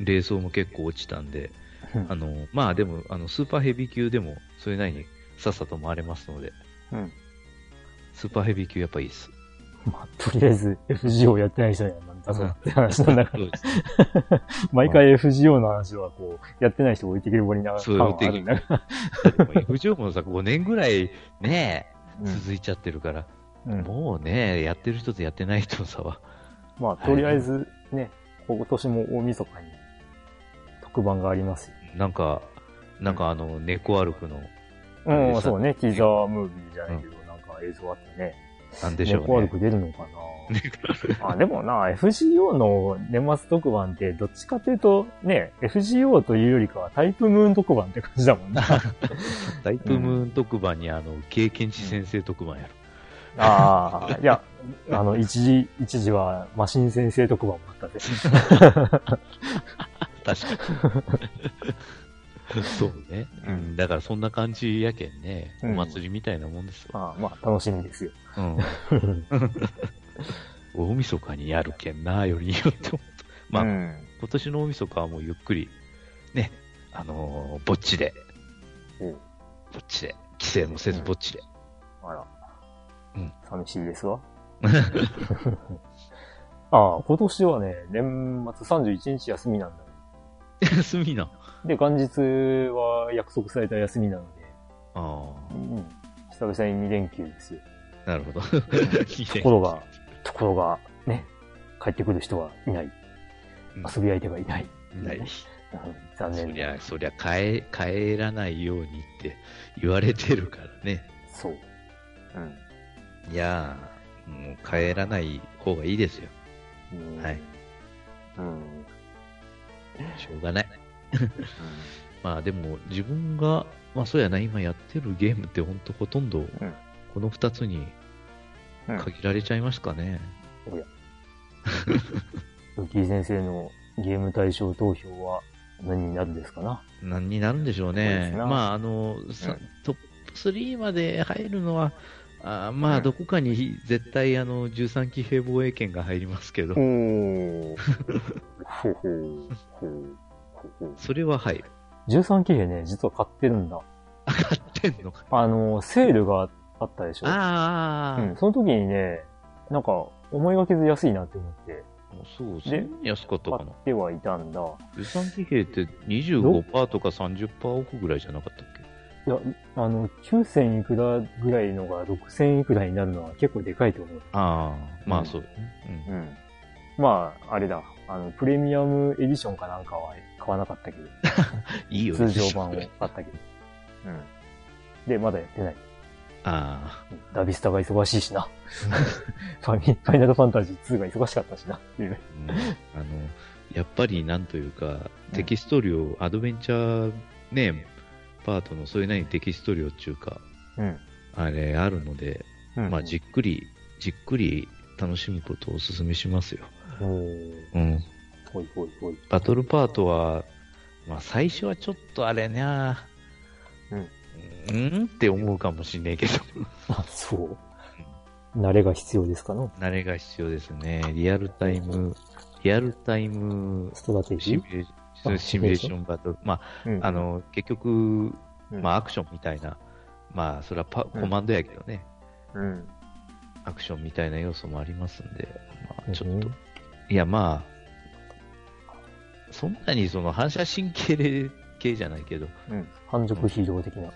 [SPEAKER 2] 冷蔵も結構落ちたんで、
[SPEAKER 1] うん
[SPEAKER 2] あの、まあでも、あの、スーパーヘビー級でも、それなりにさっさと回れますので、
[SPEAKER 1] うん
[SPEAKER 2] スーパーヘビー級やっぱいいです。
[SPEAKER 1] *laughs* まあ、とりあえず、FGO やってない人にはなんだそれって話なんだか
[SPEAKER 2] *laughs* そ *laughs*
[SPEAKER 1] ら。
[SPEAKER 2] うです
[SPEAKER 1] 毎回 FGO の話は、こう、やってない人置いてけぼりな
[SPEAKER 2] そう
[SPEAKER 1] 感はあるんだか
[SPEAKER 2] 藤岡もさ、5年ぐらいね、
[SPEAKER 1] ら。
[SPEAKER 2] 続いちゃってるから、
[SPEAKER 1] うんうん
[SPEAKER 2] もうね、やってる人とやってない人の差は、
[SPEAKER 1] まあ、とりあえずね、今年も大晦日に特番がありますよ。
[SPEAKER 2] *laughs* なんか、なんかあの、猫歩くの、ん
[SPEAKER 1] うん、そうね、ティザームービーじゃないけど、なんか映像あってね。
[SPEAKER 2] なんでしょ
[SPEAKER 1] 猫
[SPEAKER 2] う
[SPEAKER 1] 悪
[SPEAKER 2] ね。
[SPEAKER 1] く出るのかな *laughs* あ、でもな、FGO の年末特番って、どっちかというと、ね、FGO というよりかはタイプムーン特番って感じだもんね。
[SPEAKER 2] タイプムーン特番に、あの、経験値先生特番やる。
[SPEAKER 1] ああ、いや、あの、一時、一時はマシン先生特番もあったで。
[SPEAKER 2] 確かに。そうね。う。
[SPEAKER 1] うん
[SPEAKER 2] だからそんな感じやけんね。お
[SPEAKER 1] うん
[SPEAKER 2] 祭りみたいなもんですよ。
[SPEAKER 1] まあまあ、楽しみですよ。
[SPEAKER 2] うん。大晦日にやるけんな、よりによっても。まあ
[SPEAKER 1] うん
[SPEAKER 2] 今年の大晦日はもうゆっくり、ね、あのーぼっちで、
[SPEAKER 1] うん
[SPEAKER 2] ぼっちで、帰省もせず
[SPEAKER 1] うん
[SPEAKER 2] ぼっちで、
[SPEAKER 1] あら。
[SPEAKER 2] うん
[SPEAKER 1] 寂しいですわ。ああ、今年はね、年末31日休みなんだよ。
[SPEAKER 2] 休みな。
[SPEAKER 1] で、元日は約束された休みなので、
[SPEAKER 2] あ
[SPEAKER 1] うん、久々に2連休ですよ。
[SPEAKER 2] あ、なるほど。 *laughs* いいね
[SPEAKER 1] ところが、ところが、ね、帰ってくる人はいない。
[SPEAKER 2] うん
[SPEAKER 1] 遊び相手がいない。
[SPEAKER 2] ない。
[SPEAKER 1] うん残
[SPEAKER 2] そ
[SPEAKER 1] 念
[SPEAKER 2] りゃ、そりゃ帰、帰らないようにって言われてるからね。
[SPEAKER 1] そう。うん。
[SPEAKER 2] いやー、もう帰らない方がいいですよ。
[SPEAKER 1] うん
[SPEAKER 2] はい。
[SPEAKER 1] うん。
[SPEAKER 2] しょうがない。まあでも自分が、まあそうやな、今やってるゲームってほんとほとんど、この2つに
[SPEAKER 1] うん
[SPEAKER 2] 限られちゃいますかね。
[SPEAKER 1] ウッキー先生のゲーム対象投票は何になるんですかな
[SPEAKER 2] 何になるんでしょう
[SPEAKER 1] そうで
[SPEAKER 2] ね。
[SPEAKER 1] すな
[SPEAKER 2] まあ、あの、さ
[SPEAKER 1] うん
[SPEAKER 2] トップ3まで入るのは、あーま
[SPEAKER 1] う
[SPEAKER 2] あ、
[SPEAKER 1] ん
[SPEAKER 2] どこかに絶対、あの、13期兵防衛権が入りますけど、
[SPEAKER 1] おー。ほうほう。ほう。ほう
[SPEAKER 2] それは入る。
[SPEAKER 1] 13騎兵ね、実は買ってるんだ。
[SPEAKER 2] 買ってんのか。
[SPEAKER 1] あの、セールがあったでしょ。
[SPEAKER 2] ああ、
[SPEAKER 1] うん、その時にね、なんか、思いがけず安いなって思って、
[SPEAKER 2] そう、そんなに安かった
[SPEAKER 1] 買
[SPEAKER 2] かな。
[SPEAKER 1] ってはいたんだ。
[SPEAKER 2] 予算規平って25%とか30%オフぐらいじゃなかったっけ
[SPEAKER 1] いや、あの、9000いくらぐらいのが6000いくらになるのは結構でかいと思う。
[SPEAKER 2] ああ、ま
[SPEAKER 1] う
[SPEAKER 2] あ
[SPEAKER 1] ん
[SPEAKER 2] そうだね。
[SPEAKER 1] うん。まあ、あれだ。あの、プレミアムエディションかなんかは買わなかったけど。
[SPEAKER 2] うん。いいよね
[SPEAKER 1] 通常版を
[SPEAKER 2] *laughs*
[SPEAKER 1] 買ったけど。うん。で、まだやってない。
[SPEAKER 2] あ
[SPEAKER 1] ダビスタが忙しいし
[SPEAKER 2] *laughs*
[SPEAKER 1] な。ファミ、ファイナルファンタジー2が忙しかったしな。っていう
[SPEAKER 2] あ、うんあの、やっぱりなんというか、テキスト量、アドベンチャーね、パートの、そういう何、テキスト量っていうか、
[SPEAKER 1] うん。
[SPEAKER 2] あれあるので、
[SPEAKER 1] うん。
[SPEAKER 2] まあじっくり、じっくり楽しむことをお勧めしますよ。
[SPEAKER 1] うん。
[SPEAKER 2] うん。
[SPEAKER 1] ほいほいほい。
[SPEAKER 2] バトルパートは、まあ最初はちょっとあれね、
[SPEAKER 1] うん。
[SPEAKER 2] うんって思うかもしんないけど。 *laughs*
[SPEAKER 1] あ、そう。慣れが必要ですかの
[SPEAKER 2] 慣れが必要ですね。リアルタイム、リアルタイム
[SPEAKER 1] ストラテ
[SPEAKER 2] シ
[SPEAKER 1] ジ
[SPEAKER 2] ミ
[SPEAKER 1] ー
[SPEAKER 2] ュレーション、シミュレーションバトル。ま
[SPEAKER 1] うん
[SPEAKER 2] あ、あ、の、結局、
[SPEAKER 1] うん
[SPEAKER 2] まあ、アクションみたいな、まあ、それはパ
[SPEAKER 1] うん
[SPEAKER 2] コマンドやけどね、
[SPEAKER 1] うん。
[SPEAKER 2] アクションみたいな要素もありますんで、まあ、ちょ
[SPEAKER 1] う
[SPEAKER 2] っ
[SPEAKER 1] ん
[SPEAKER 2] と、いや、まあ、そんなにその反射神経系じゃないけど、
[SPEAKER 1] うん。反則ヒーロー的な。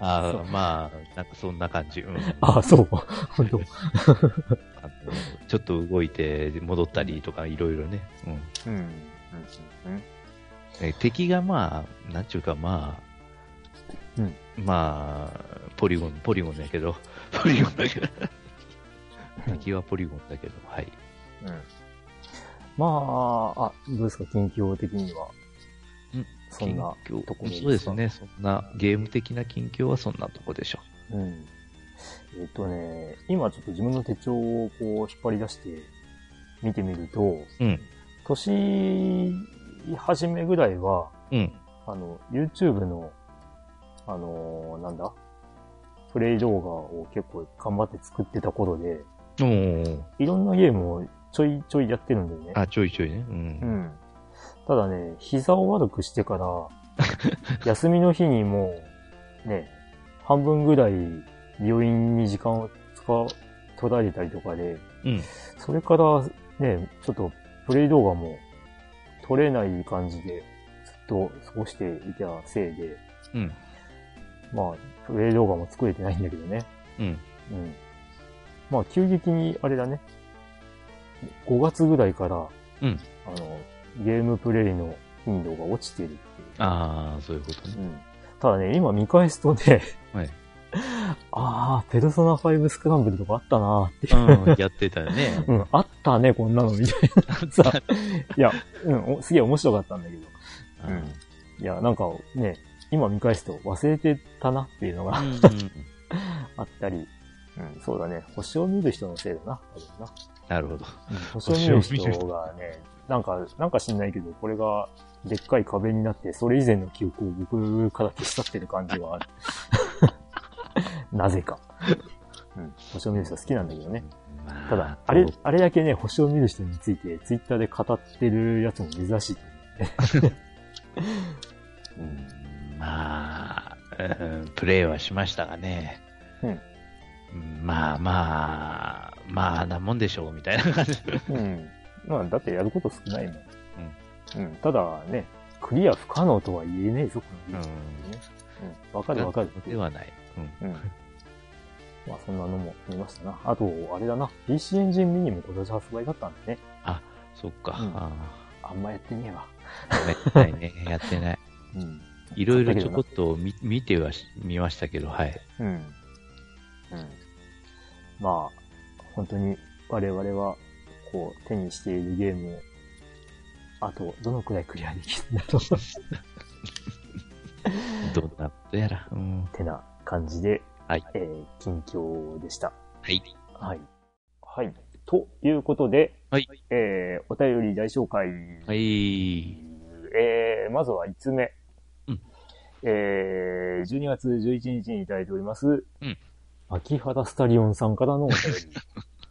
[SPEAKER 2] あ
[SPEAKER 1] そ
[SPEAKER 2] ーまあ、なんかそんな感じ。うん
[SPEAKER 1] あ、そう。本当。
[SPEAKER 2] あのちょっと動いて戻ったりとか、いろいろね。うん
[SPEAKER 1] うん。うん。
[SPEAKER 2] えー敵がまあ、なんちゅうかまあ、
[SPEAKER 1] うん
[SPEAKER 2] まあ、ポリゴン、ポリゴンだ
[SPEAKER 1] *laughs*
[SPEAKER 2] けど、ポリゴンだけど、敵はポリゴンだけど、はい。
[SPEAKER 1] うん。まあ、あ、どうですか、近況的には。
[SPEAKER 2] うん
[SPEAKER 1] そんな
[SPEAKER 2] 近況
[SPEAKER 1] ところですか
[SPEAKER 2] そうですね、そんな、ゲーム的な近況はそんなとこでしょ
[SPEAKER 1] うん。えっ、とね、今ちょっと自分の手帳をこう引っ張り出して見てみると、
[SPEAKER 2] う。うん。
[SPEAKER 1] 年始めぐらいは、
[SPEAKER 2] うん。
[SPEAKER 1] あの、YouTube の、あのーなんだプレイ動画を結構頑張って作ってた頃で、
[SPEAKER 2] おー
[SPEAKER 1] いろんなゲームをちょいちょいやってるんだよね。
[SPEAKER 2] あ、ちょいちょいね。う。
[SPEAKER 1] うんん。ただね、膝を悪くしてから、
[SPEAKER 2] *laughs*
[SPEAKER 1] 休みの日にもう、ね、半分ぐらい病院に時間を使う、取られたりとかで、
[SPEAKER 2] うん。
[SPEAKER 1] それからね、ちょっとプレイ動画も撮れない感じでずっと過ごしていたせいで、
[SPEAKER 2] うん。
[SPEAKER 1] まあ、プレイ動画も作れてないんだけどね。
[SPEAKER 2] うん。
[SPEAKER 1] うん。まあ、急激に、あれだね。5月ぐらいから、
[SPEAKER 2] うん
[SPEAKER 1] あの、ゲームプレイの頻度が落ちているっていう。
[SPEAKER 2] ああ、そういうこ
[SPEAKER 1] *laughs*
[SPEAKER 2] とね。
[SPEAKER 1] うん。ただね、今見返すとね、
[SPEAKER 2] はい。
[SPEAKER 1] *laughs* あー、ペルソナ5スクランブルとかあったなーって。
[SPEAKER 2] うん、やってたよね。
[SPEAKER 1] うん、あったね、こんなの、みたいな
[SPEAKER 2] *laughs*
[SPEAKER 1] さ。いや、うん、おすげえ面白かったんだけど。
[SPEAKER 2] うん。うん
[SPEAKER 1] いや、なんかね、今見返すと忘れてたなっていうのがあったり、うん、そうだね、星を見る人のせいだな、多分な。
[SPEAKER 2] *laughs* なるほど。
[SPEAKER 1] 星を見る人がね、なんか、なんか知んないけど、これが、でっかい壁になって、それ以前の記憶を僕から消し去ってる感じはある。 *laughs* なぜか。うん、星を見る人好きなんだけどね。
[SPEAKER 2] ま
[SPEAKER 1] ただ、あれ、あれだけね、星を見る人について、ツイッターで語ってるやつも珍しいと
[SPEAKER 2] まあ、うんプレイはしましたがね。
[SPEAKER 1] うん
[SPEAKER 2] まあまあ、まあ、なもんでしょう、みたいな感じ。
[SPEAKER 1] 思う。うん。まあ、だってやること少ないもん。うん。ただね、クリア不可能とは言えねえぞ、このゲームね。うん。わ、かるわかる。
[SPEAKER 2] ではない。うん
[SPEAKER 1] うん。 *laughs* まあそんなのも見ましたな。あと、あれだな。PC エンジンミニも今年発売だったんでね。
[SPEAKER 2] そっか。
[SPEAKER 1] うん
[SPEAKER 2] あ
[SPEAKER 1] あんまやってねえわ。
[SPEAKER 2] ーやってないね。やって
[SPEAKER 1] *laughs*
[SPEAKER 2] ない。
[SPEAKER 1] うん。
[SPEAKER 2] いろいろちょこっと見見てはし見ましたけど、はい。
[SPEAKER 1] うん。うん。まあ、本当に我々は、こう、手にしているゲームを、あと、どのくらいクリアできるんだろうっ
[SPEAKER 2] どんなことやら。うん。
[SPEAKER 1] てな感じで、
[SPEAKER 2] はい。
[SPEAKER 1] えー、近況でした。
[SPEAKER 2] はい。
[SPEAKER 1] はい。はい。ということで、
[SPEAKER 2] はい。
[SPEAKER 1] えー、お便り大紹介。 *laughs*
[SPEAKER 2] はい。
[SPEAKER 1] えーまずは5つ目。
[SPEAKER 2] うん
[SPEAKER 1] えー12月11日にいただいております。
[SPEAKER 2] うん
[SPEAKER 1] 秋原スタリオンさんからのお便り。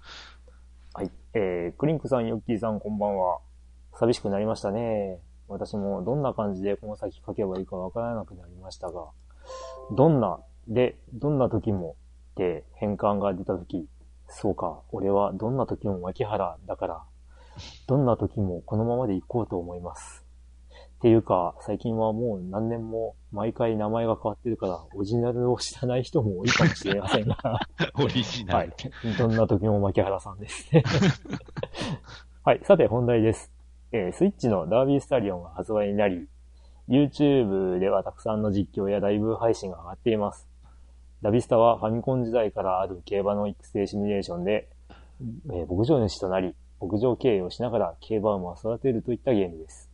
[SPEAKER 2] *laughs*
[SPEAKER 1] はい。えークリンクさん、ヨッキーさん、こんばんは。寂しくなりましたね。私もどんな感じでこの先書けばいいかわからなくなりましたが、どんな、で、どんな時も、で、変換が出た時、そうか、俺はどんな時も脇原だから、どんな時もこのままで行こうと思います。っていうか、最近はもう何年も毎回名前が変わってるから、オリジナルを知らない人も多いかもしれませんが、
[SPEAKER 2] オリジナ
[SPEAKER 1] は
[SPEAKER 2] ル
[SPEAKER 1] い。。どんな時も牧原さんです *laughs* ね。はい。さて、本題です。えースイッチのダービースタリオンが発売になり、YouTube ではたくさんの実況やライブ配信が上がっています。ダビスタはファミコン時代からある競馬の育成シミュレーションで、えー牧場主となり、牧場経営をしながら競馬馬を育てるといったゲームです。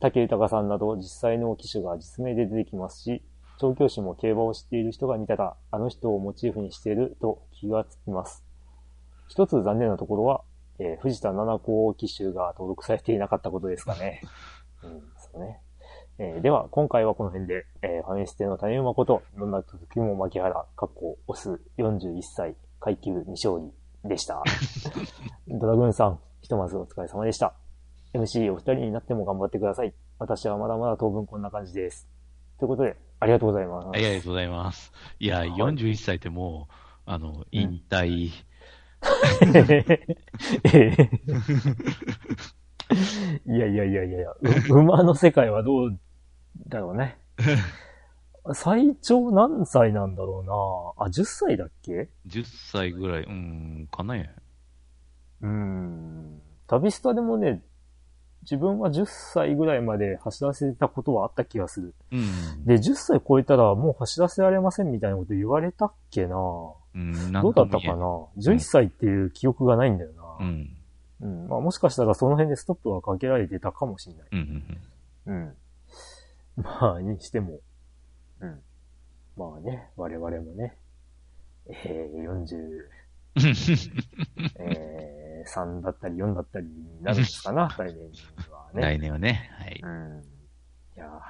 [SPEAKER 1] 武豊さんなど実際の騎手が実名で出てきますし、調教師も競馬を知っている人が見たら、あの人をモチーフにしていると気がつきます。一つ残念なところは、えー藤田七子騎手が登録されていなかったことですか *laughs* ね。うん、そうね。えーでは、今回はこの辺で、えーファミステの谷馬こと、どんな時も牧原、かっこ、オス、41歳、階級未勝利で *laughs* した。ドラグーンさん、ひとまずお疲れ様でした。MC お二人になっても頑張ってください。私はまだまだ当分こんな感じです。ということで、ありがとうございます。
[SPEAKER 2] ありがとうございます。いや、
[SPEAKER 1] はい
[SPEAKER 2] 41歳ってもう、あの、引退、
[SPEAKER 1] *laughs* いやいやいやいやいや、う馬の世界はどうだろうね。最長何歳なんだろうなあ、10歳だっけ
[SPEAKER 2] 10歳ぐらい、うん、かなや。
[SPEAKER 1] うーん。旅スタでもね、自分は10歳ぐらいまで走らせたことはあった気がする。
[SPEAKER 2] うん。
[SPEAKER 1] で、10歳超えたらもう走らせられませんみたいなこと言われたっけな
[SPEAKER 2] うん、な
[SPEAKER 1] ど
[SPEAKER 2] ん
[SPEAKER 1] うだ
[SPEAKER 2] と
[SPEAKER 1] った
[SPEAKER 2] も言え
[SPEAKER 1] か
[SPEAKER 2] ん
[SPEAKER 1] な ?11 歳っていう記憶がないんだよな。
[SPEAKER 2] うん。
[SPEAKER 1] うん。まあもしかしたらその辺でストップがかけられてたかもしれない。
[SPEAKER 2] うんうん
[SPEAKER 1] うん。まあ、にしても。うん。まあね、我々もね、えー、40、
[SPEAKER 2] うん。
[SPEAKER 1] えー、3だ *laughs* ったり4だったりになるんですか *laughs* な、来年はね。
[SPEAKER 2] 来年はね。はい。
[SPEAKER 1] うん。いや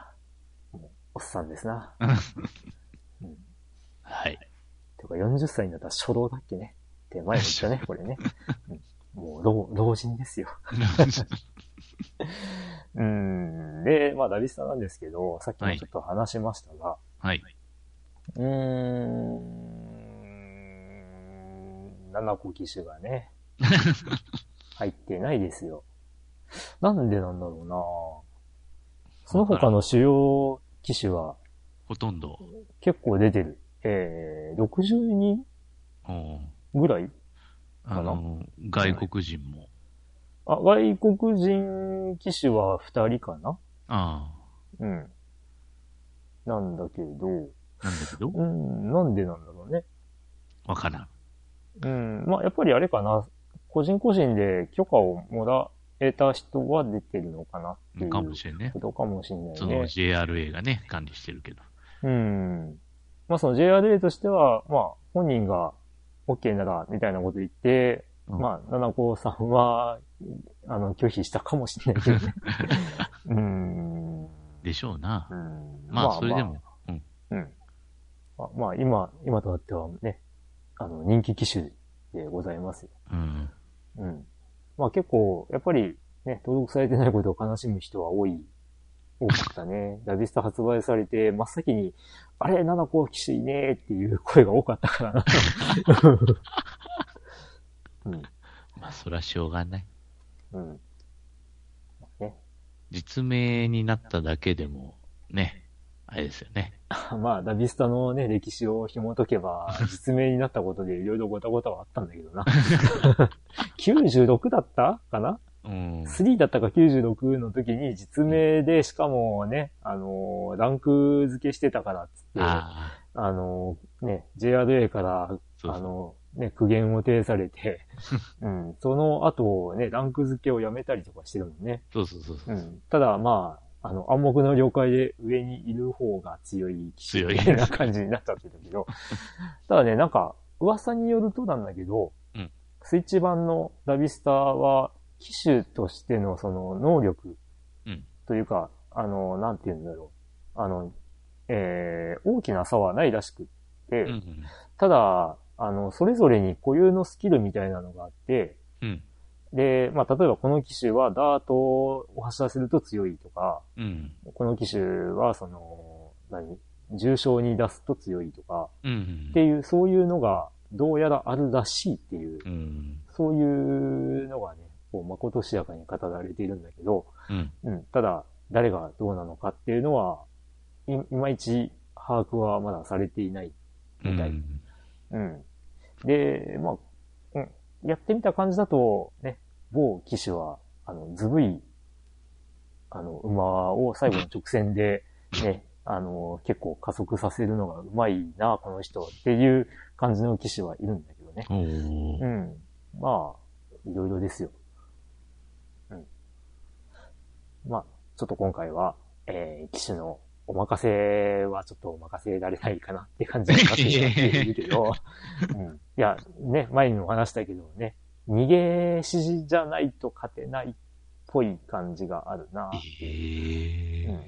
[SPEAKER 1] ーもう、おっさんです *laughs* な。うん。
[SPEAKER 2] はい。
[SPEAKER 1] てか40歳になったら初老だっけね。って前も言った *laughs* ね、これね。うんもう老、老人ですよ。うん。で、まあ、ダビスタなんですけど、さっきもちょっと話しましたが、
[SPEAKER 2] はい。
[SPEAKER 1] うーん、7個機種がね、入ってないですよ。なんでなんだろうなその他の主要機種は
[SPEAKER 2] ほとんど。
[SPEAKER 1] 結構出てる。えー、62
[SPEAKER 2] うん
[SPEAKER 1] ぐらい
[SPEAKER 2] あの、外国人も。
[SPEAKER 1] あ、外国人機種は2人かな
[SPEAKER 2] あ
[SPEAKER 1] うん。なんだけど、
[SPEAKER 2] あ。なんだけど
[SPEAKER 1] う、ん、なんでなんだろうね。
[SPEAKER 2] わからん。
[SPEAKER 1] うん、まあやっぱりあれかな、個人個人で許可をもらえた人は出てるのかなっていう
[SPEAKER 2] かもしれんね
[SPEAKER 1] こ。とかもしれない
[SPEAKER 2] その
[SPEAKER 1] ね。
[SPEAKER 2] JRA がね、管理してるけど。
[SPEAKER 1] うん。まあその JRA としては、まあ本人が OK ならみたいなこと言って、
[SPEAKER 2] うん
[SPEAKER 1] まあ、七子さんは、あの、拒否したかもしれないけど *laughs* ね。うん。
[SPEAKER 2] でしょうな
[SPEAKER 1] う。ん
[SPEAKER 2] まあ、それでも。
[SPEAKER 1] うん。まあ、まあ、今、今となってはね、あの、人気機種でございますよ
[SPEAKER 2] うん。
[SPEAKER 1] うん。まあ結構、やっぱりね、登録されてないことを悲しむ人は多い、多かったね。 *laughs* ラビスタ発売されて、真っ先に、あれ、七子騎手いねーっていう声が多かったからな。 *laughs* うん。
[SPEAKER 2] まあ、そらしょうがない。
[SPEAKER 1] うん。ね。
[SPEAKER 2] 実名になっただけでも、ね、あれですよね。
[SPEAKER 1] まあ、ダビスタのね、歴史を紐解けば、実名になったことでいろいろごたごたはあったんだけどな。96だったかな
[SPEAKER 2] うん。
[SPEAKER 1] 3だったか96の時に実名で、しかもね、あのーランク付けしてたからっつって、あ
[SPEAKER 2] ああ、
[SPEAKER 1] のーね、JRA から、
[SPEAKER 2] そう
[SPEAKER 1] あ
[SPEAKER 2] そう。
[SPEAKER 1] のーね、苦言を呈され
[SPEAKER 2] *laughs*
[SPEAKER 1] て、うん、その後、ね、ランク付けをやめたりとかしてるもんね。
[SPEAKER 2] そうそうそうそうう。
[SPEAKER 1] ん、ただ、まあ、あの、暗黙の了解で上にいる方が強い騎士
[SPEAKER 2] 強い
[SPEAKER 1] みたいな感じになっちゃってたけど、 *laughs* ただね、なんか、噂によるとなんだけど、
[SPEAKER 2] うん
[SPEAKER 1] スイッチ版のラビスターは、騎手としてのその能力
[SPEAKER 2] うん
[SPEAKER 1] というか、あの、なんて言うんだろう。あの、えー大きな差はないらしくって、
[SPEAKER 2] うんうん。
[SPEAKER 1] ただ、あの、それぞれに固有のスキルみたいなのがあって、
[SPEAKER 2] うん。
[SPEAKER 1] で、まあ、例えばこの機種はダートを発射すると強いとか、
[SPEAKER 2] うん。
[SPEAKER 1] この機種はその、何重症に出すと強いとか、
[SPEAKER 2] うん
[SPEAKER 1] って。いう、そういうのが、どうやらあるらしいっていう、
[SPEAKER 2] うん。
[SPEAKER 1] そういうのがね、こう、まことしやかに語られているんだけど、
[SPEAKER 2] うん。
[SPEAKER 1] うん、ただ、誰がどうなのかっていうのは、い、いまいち把握はまだされていない。みたいうん。で、まあ、うん、やってみた感じだと、ね、某騎手は、あの、ずぶい、あの、馬を最後の直線で、ね、あの、結構加速させるのがうまいな、この人はっていう感じの騎手はいるんだけどね。
[SPEAKER 2] おお
[SPEAKER 1] う。ん。まあ、いろいろですよ。うん。まあ、ちょっと今回は、えー、騎手のお任せはちょっとお任せられないかなって感じ *laughs* になってしまっているけど、 *laughs* うん。いや、ね、前にも話したけどね、逃げ筋じゃないと勝てないっぽい感じがあるな。
[SPEAKER 2] え
[SPEAKER 1] うん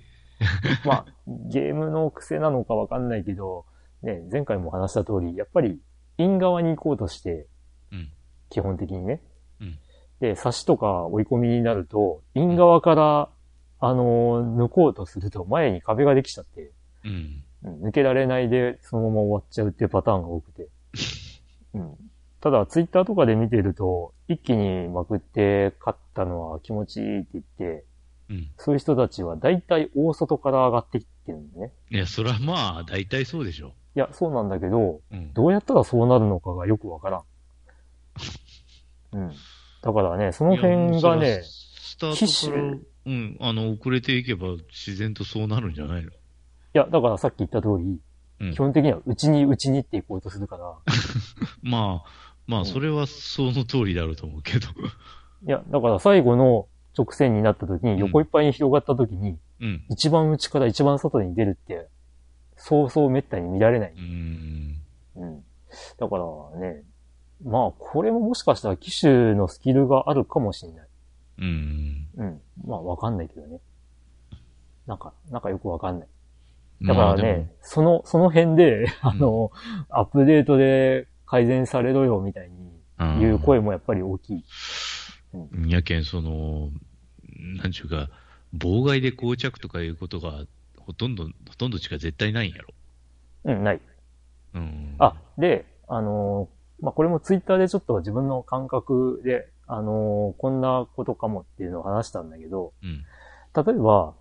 [SPEAKER 1] まあ、ゲームの癖なのかわかんないけど、ね、前回も話した通り、やっぱり、イン側に行こうとして、
[SPEAKER 2] うん
[SPEAKER 1] 基本的にね。
[SPEAKER 2] うん
[SPEAKER 1] で、差しとか追い込みになると、イン側から、あのー抜こうとすると前に壁ができちゃって、
[SPEAKER 2] ー。うん。
[SPEAKER 1] うん抜けられないでそのまま終わっちゃうっていうパターンが多く
[SPEAKER 2] *laughs*
[SPEAKER 1] て。うん、ただ、ツイッターとかで見てると、一気にまくって勝ったのは気持ちいいって言って、
[SPEAKER 2] うん。
[SPEAKER 1] そういう人たちは大体大外から上がってきてるんだね。
[SPEAKER 2] いや、それはまあ、大体そうでしょ。
[SPEAKER 1] いや、そうなんだけど、
[SPEAKER 2] うん。
[SPEAKER 1] どうやったらそうなるのかがよくわからん。うん。だからね、その辺が
[SPEAKER 2] いや
[SPEAKER 1] ね、
[SPEAKER 2] スタートから
[SPEAKER 1] 機、
[SPEAKER 2] うん、あの、遅れていけば自然とそうなるんじゃないの
[SPEAKER 1] いや、だからさっき言った通り、
[SPEAKER 2] うん
[SPEAKER 1] 基本的にはうちにうちにっていこうとするから、
[SPEAKER 2] まあ、ま
[SPEAKER 1] う
[SPEAKER 2] あ、
[SPEAKER 1] ん
[SPEAKER 2] それはその通りだろうと思うけど。 *laughs*
[SPEAKER 1] いや、だから最後の直線になった時
[SPEAKER 2] うん
[SPEAKER 1] に、横いっぱいに広がった時に、
[SPEAKER 2] うん。
[SPEAKER 1] 一番内から一番外に出るって、そうそう滅多に見られないう
[SPEAKER 2] ー。ん。
[SPEAKER 1] うん。だからね、まあ、これももしかしたら機種のスキルがあるかもしれない。
[SPEAKER 2] うーん。
[SPEAKER 1] うん。まあ、わかんないけどね。なんか、なんかよくわかんない。だか
[SPEAKER 2] ま
[SPEAKER 1] ら
[SPEAKER 2] あで
[SPEAKER 1] ね
[SPEAKER 2] も、、
[SPEAKER 1] その、その辺で、あの、アップデートで改善されろよ、みたいに
[SPEAKER 2] うん
[SPEAKER 1] 言う声もやっぱり大きい。
[SPEAKER 2] やけん、その、なんちゅうか、妨害で膠着とかいうことが、ほとんど、ほとんどしか絶対ないんやろ。
[SPEAKER 1] うん、ない。
[SPEAKER 2] うん。
[SPEAKER 1] あ、で、あのーまあ、これもツイッターでちょっと自分の感覚で、あのーこんなことかもっていうのを話したんだけど、
[SPEAKER 2] うん。
[SPEAKER 1] 例えば、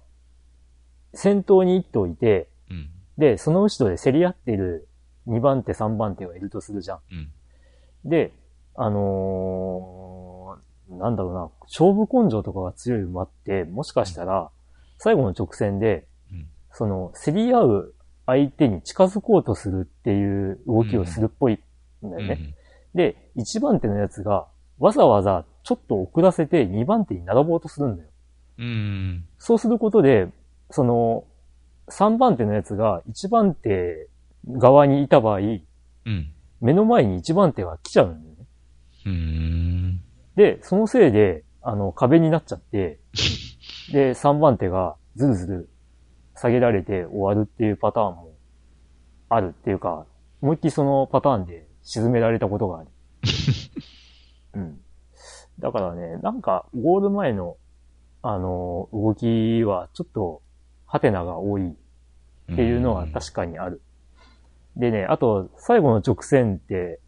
[SPEAKER 1] 先頭に一頭いて、
[SPEAKER 2] うん。
[SPEAKER 1] で、その後ろで競り合っている2番手、3番手がいるとするじゃん。
[SPEAKER 2] うん。
[SPEAKER 1] で、あのーなんだろうな、勝負根性とかが強い馬って、もしかしたら、最後の直線で、
[SPEAKER 2] うん
[SPEAKER 1] その、競り合う相手に近づこうとするっていう動きをするっぽいんだよね。で、1番手のやつが、わざわざちょっと遅らせて2番手に並ぼうとするんだよ。
[SPEAKER 2] うん。うん。
[SPEAKER 1] そうすることで、その、3番手のやつが1番手側にいた場合、
[SPEAKER 2] うん。
[SPEAKER 1] 目の前に1番手が来ちゃうんだよね。
[SPEAKER 2] うん。
[SPEAKER 1] で、そのせいで、あの、壁になっちゃって、で、3番手がずるずる下げられて終わるっていうパターンもあるっていうか、思いっきりそのパターンで沈められたことがある。うん。だからね、なんか、ゴール前の、あの、動きはちょっと、ハテナが多いっていうのは確かにある。でね、あと、最後の直線って、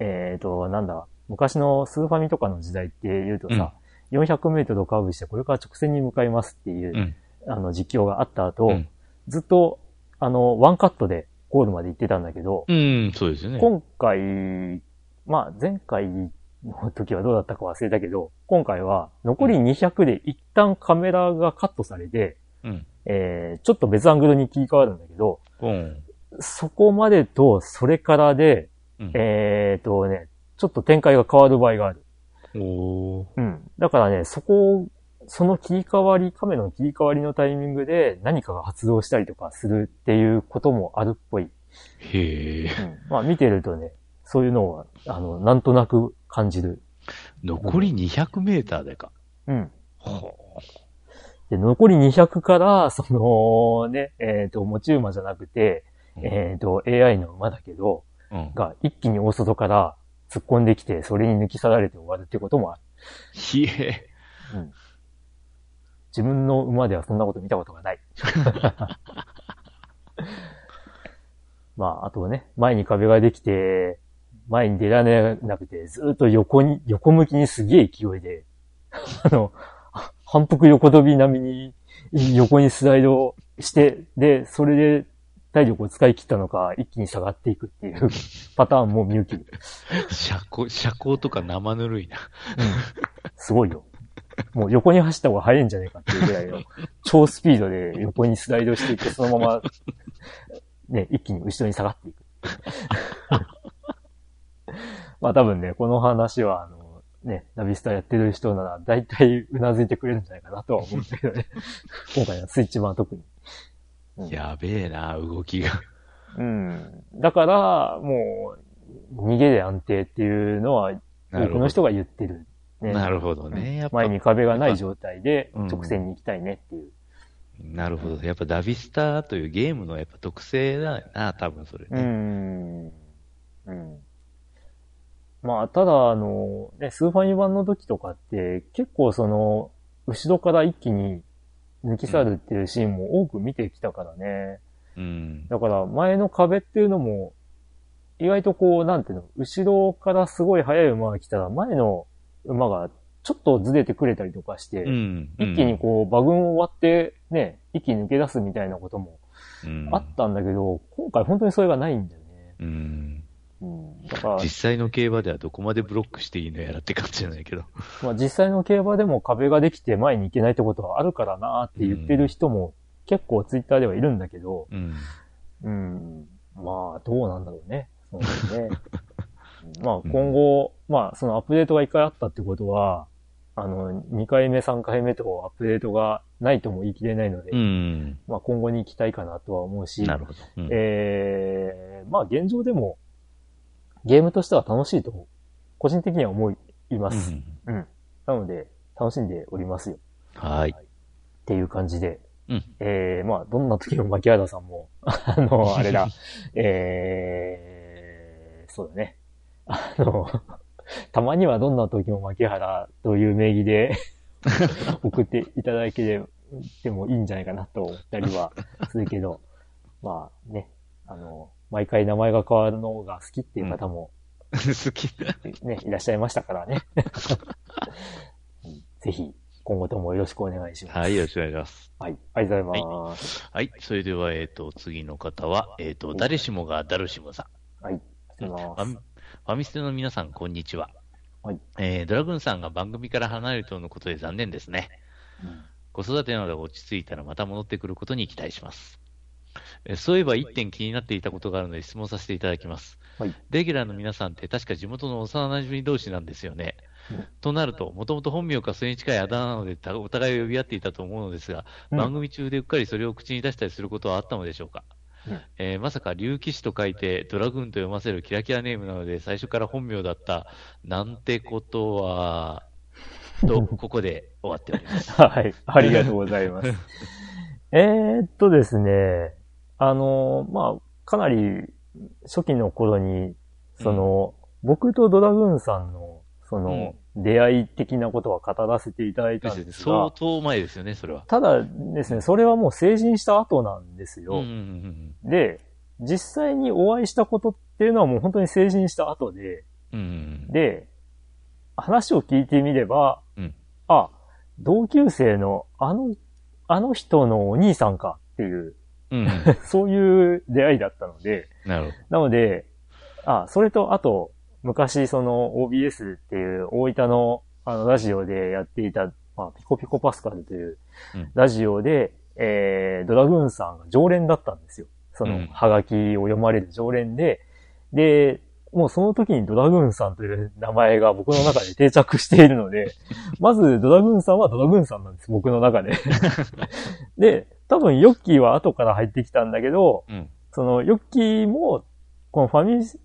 [SPEAKER 1] えっ、と、なんだ、昔のスーファミとかの時代って言うとさ、400メートルをカーブして、これから直線に向かいますっていう、
[SPEAKER 2] うん
[SPEAKER 1] あの、実況があった後、
[SPEAKER 2] うん
[SPEAKER 1] ずっと、あの、ワンカットでゴールまで行ってたんだけど、
[SPEAKER 2] うん、そうですよね。
[SPEAKER 1] 今回、まあ、前回の時はどうだったか忘れたけど、今回は残り200で一旦カメラがカットされて、
[SPEAKER 2] うん。
[SPEAKER 1] えー、ちょっと別アングルに切り替わるんだけど、
[SPEAKER 2] うん。
[SPEAKER 1] そこまでと、それからで、
[SPEAKER 2] うん
[SPEAKER 1] えーとね、ちょっと展開が変わる場合がある。
[SPEAKER 2] おー
[SPEAKER 1] うん。だからね、そこを、その切り替わり、カメラの切り替わりのタイミングで何かが発動したりとかするっていうこともあるっぽい。
[SPEAKER 2] へえ。
[SPEAKER 1] うん。まあ見てるとね、そういうのは、あの、なんとなく感じる。
[SPEAKER 2] 残り200メーターでか。
[SPEAKER 1] うん。
[SPEAKER 2] ほ
[SPEAKER 1] で、残り200から、その、ね、えっ、と、持ち馬じゃなくて、
[SPEAKER 2] う
[SPEAKER 1] えっ、と、AI の馬だけど、
[SPEAKER 2] うん。
[SPEAKER 1] が一気に大外から突っ込んできて、それに抜き去られて終わるってこともある。
[SPEAKER 2] ひえ。
[SPEAKER 1] 自分の馬ではそんなこと見たことがない。まあ、あとはね、前に壁ができて、前に出られなくて、ずーっと横に、横向きにすげえ勢いで、 *laughs* あの、は反復横跳び並みに横にスライドして、で、それで体力を使い切ったのか、一気に下がっていくっていうパターンも見受ける。
[SPEAKER 2] 車高、車高とか生ぬるいな。
[SPEAKER 1] すごいよ。もう横に走った方が早いんじゃないかっていうぐらいの超スピードで横にスライドしていって、そのまま、ね、一気に後ろに下がっていく。まあ多分ね、この話は、あの、ね、ナビスタやってる人なら大体うなずいてくれるんじゃないかなとは思うんだけどね。今回のスイッチ版は特に。うん
[SPEAKER 2] やべえな、動きが。
[SPEAKER 1] うん。だから、もう、逃げで安定っていうのは、多くの人が言ってる。ね
[SPEAKER 2] なるほどね。やっぱ
[SPEAKER 1] 前に壁がない状態で
[SPEAKER 2] うん
[SPEAKER 1] 直線に行きたいねっていう。
[SPEAKER 2] なるほど。やっぱダビスタというゲームのやっぱ特性だよな、多分それ
[SPEAKER 1] うー
[SPEAKER 2] ね。
[SPEAKER 1] ん。うん。まあ、ただ、あの、ね、スーファミ版の時とかって、結構その、後ろから一気に抜き去るっていうシーンも多く見てきたからね。
[SPEAKER 2] うん。
[SPEAKER 1] だから、前の壁っていうのも、意外とこう、なんていうの、後ろからすごい速い馬が来たら、前の馬がちょっとずれてくれたりとかして、
[SPEAKER 2] うん。
[SPEAKER 1] 一気にこう、馬群を割って、ね、一気に抜け出すみたいなことも
[SPEAKER 2] うん、
[SPEAKER 1] あったんだけど、今回本当にそれがないんだよね。
[SPEAKER 2] うん。
[SPEAKER 1] うん。だから
[SPEAKER 2] 実、際の競馬ではどこまでブロックしていいのやらって感じじゃないけど。
[SPEAKER 1] まあ、実際の競馬でも壁ができて前に行けないってことはあるからなーって言ってる人も結構ツイッターではいるんだけど、
[SPEAKER 2] うん。
[SPEAKER 1] うん。まあ、どうなんだろうね。そうです
[SPEAKER 2] *laughs*
[SPEAKER 1] ね。まあ、今後、まあ、そのアップデートが1回あったってことは、あの、2回目、3回目とアップデートがないとも言い切れないので、
[SPEAKER 2] うん。
[SPEAKER 1] まあ、今後に行きたいかなとは思うし、
[SPEAKER 2] なるほど。うん
[SPEAKER 1] えーまあ現状でも、ゲームとしては楽しいと、個人的には思います。
[SPEAKER 2] うん
[SPEAKER 1] うん。なので、楽しんでおりますよ。
[SPEAKER 2] はい。
[SPEAKER 1] っていう感じで。
[SPEAKER 2] うん
[SPEAKER 1] えーまあどんな時も牧原さんも、 *laughs* あの、あれだ、えーそうだね。あの、たまにはどんな時も牧原という名義で送っていただければでもいいんじゃないかなと思ったりはするけど、まあね、あの、毎回名前が変わるのが好きっていう方も
[SPEAKER 2] *laughs* 好きだ。
[SPEAKER 1] ね、いらっしゃいましたからね。うんぜひ、今後ともよろしくお願いします。
[SPEAKER 2] はい、よろしくお願いします。
[SPEAKER 1] はい、ありがとうございます。
[SPEAKER 2] はい、それでは、えっ、と、次の方は、えっ、と、誰しもがダルシムさん。
[SPEAKER 1] はい、ありがとうございます
[SPEAKER 2] ファミファミステの皆さん、こんにちは。
[SPEAKER 1] はい
[SPEAKER 2] えードラグーンさんが番組から離れるとのことで残念ですね。
[SPEAKER 1] うん
[SPEAKER 2] 子育てなどが落ち着いたらまた戻ってくることに期待します。えーそういえば1点気になっていたことがあるので質問させていただきます。
[SPEAKER 1] はい
[SPEAKER 2] レギュラーの皆さんって確か地元の幼馴染同士なんですよね
[SPEAKER 1] うん。
[SPEAKER 2] となると、もともと本名かそれに近いあだ名なのでたお互いを呼び合っていたと思うのですが、
[SPEAKER 1] うん
[SPEAKER 2] 番組中でうっかりそれを口に出したりすることはあったのでしょうか、
[SPEAKER 1] うん
[SPEAKER 2] えーまさか竜騎士と書いてドラグーンと読ませるキラキラネームなので最初から本名だったなんてことは、と、ここで終わっております。
[SPEAKER 1] はい、ありがとうござい *laughs* ます。えーっとですね、あの、まあ、かなり初期の頃に、その、僕とドラグーンさんの、その、出会い的なことは語らせていただいたんです
[SPEAKER 2] 相
[SPEAKER 1] が、
[SPEAKER 2] 当前ですよね、それは。
[SPEAKER 1] ただですね、それはもう成人した後なんです
[SPEAKER 2] うんう
[SPEAKER 1] よ。
[SPEAKER 2] ん
[SPEAKER 1] で、実際にお会いしたことっていうのはもう本当に成人した後で、
[SPEAKER 2] うんうんうん
[SPEAKER 1] で、話を聞いてみれば、
[SPEAKER 2] うん
[SPEAKER 1] あ、同級生のあの、あの人のお兄さんかっていう、
[SPEAKER 2] うんうんうん
[SPEAKER 1] そういう出会いだったので、
[SPEAKER 2] なるほ
[SPEAKER 1] なので、あ、それとあと、昔その OBS っていう大分のあのラジオでやっていた、まあ、ピコピコパスカルという
[SPEAKER 2] うん
[SPEAKER 1] ラジオで、えー、ドラグーンさんが常連だったんですよ。そ
[SPEAKER 2] うん
[SPEAKER 1] の、ハガキを読まれる常連で、で、もうその時にドラグーンさんという名前が僕の中で定着しているの
[SPEAKER 2] *laughs*
[SPEAKER 1] で、まずドラグーンさんはドラグーンさんなんです、僕の中
[SPEAKER 2] *laughs*
[SPEAKER 1] で。で、多分ヨッキーは後から入ってきたんだけど、
[SPEAKER 2] ど。うん
[SPEAKER 1] その、ヨッキーも、このファミス、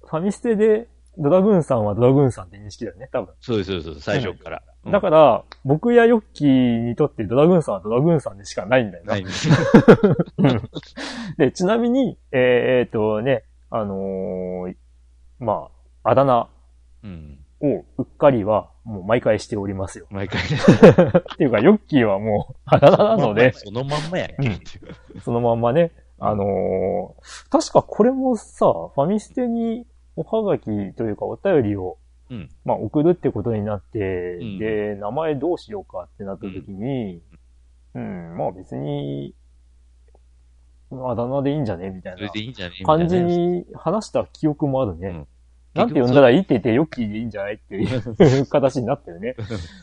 [SPEAKER 1] ファミステで、ドラグーンさんはドラグーンさんって認識だよね、多分。
[SPEAKER 2] そうです、そうですそうです、最初から。
[SPEAKER 1] だから、僕やヨッキーにとってドラグーンさんはドラグーンさんでしかないんだよ
[SPEAKER 2] ら、
[SPEAKER 1] な。
[SPEAKER 2] ないんです
[SPEAKER 1] で、ちなみに、えーえーっとね、あのーまあ、あだ名
[SPEAKER 2] うん
[SPEAKER 1] をうっかりはもう毎回しておりますよ。
[SPEAKER 2] 毎回ね。
[SPEAKER 1] っていうか、ヨッキーはもう、あだ名なので、
[SPEAKER 2] そのまんまやんけっていう。
[SPEAKER 1] そのまんまね、あのー確かこれもさ、ファミステにおはがきというかお便りを、
[SPEAKER 2] うん
[SPEAKER 1] まあ送るってことになって、
[SPEAKER 2] ん
[SPEAKER 1] で、名前どうしようかってなった時に、うん、まあ別に、あだ名でいいんじゃねみたい
[SPEAKER 2] それ
[SPEAKER 1] な
[SPEAKER 2] でいいんじゃねみたいな
[SPEAKER 1] 感じに話した記憶もあるね。
[SPEAKER 2] うん
[SPEAKER 1] なんて呼んだらいいって言って、ヨッキーでいいんじゃないっていう
[SPEAKER 2] *laughs*
[SPEAKER 1] 形になってるね。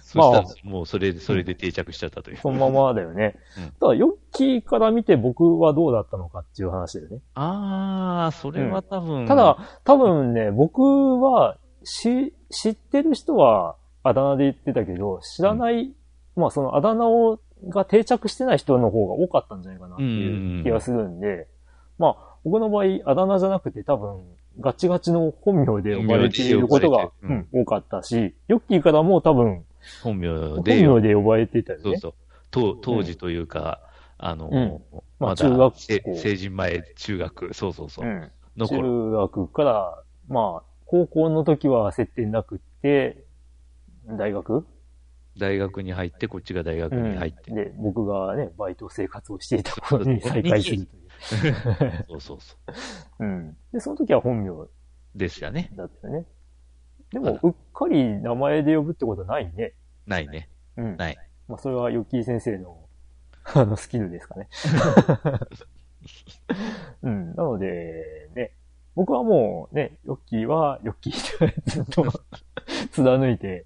[SPEAKER 2] そした
[SPEAKER 1] ま
[SPEAKER 2] ら、もうそれ、それで定着しちゃったという。
[SPEAKER 1] そのままだよね
[SPEAKER 2] うん。
[SPEAKER 1] ただ、ヨッキーから見て僕はどうだったのかっていう話だよね。
[SPEAKER 2] ああ、それは多分。
[SPEAKER 1] ただ、多分ね、僕は、し、知ってる人はあだ名で言ってたけど、知らない、まあそのあだ名を、が定着してない人の方が多かったんじゃないかなっていう気がするんで、まあ、僕の場合、あだ名じゃなくて多分、ガチガチの本名で呼ばれていることが、
[SPEAKER 2] 本名で呼ばれて
[SPEAKER 1] うん多かったし、ヨッキーからも多分、
[SPEAKER 2] 本名で、
[SPEAKER 1] 本名で呼ばれてたよね。
[SPEAKER 2] そうそう。当当時というか、あ
[SPEAKER 1] う
[SPEAKER 2] の、
[SPEAKER 1] んまあ
[SPEAKER 2] まだ
[SPEAKER 1] 中学校
[SPEAKER 2] せ成人前、中学、そうそうそうう、
[SPEAKER 1] ん
[SPEAKER 2] の頃。
[SPEAKER 1] 中学から、まあ、高校の時は接点なくって、大学
[SPEAKER 2] 大学に入って、こっちが大学に入って。
[SPEAKER 1] で、僕がね、バイト生活をしていた頃
[SPEAKER 2] そう
[SPEAKER 1] に再会するという。
[SPEAKER 2] *laughs* そうそうそう。
[SPEAKER 1] うん。で、その時は本名
[SPEAKER 2] ですよね。
[SPEAKER 1] だったよね。で
[SPEAKER 2] あ
[SPEAKER 1] も
[SPEAKER 2] ら、
[SPEAKER 1] うっかり名前で呼ぶってことないね。
[SPEAKER 2] ないね。
[SPEAKER 1] うん。
[SPEAKER 2] ない。
[SPEAKER 1] まあ、それはヨッキー先生の、 *laughs* あの、スキルですかね。うん。なので、ね、僕はもうね、ヨッキーはヨッキーってずっと貫いて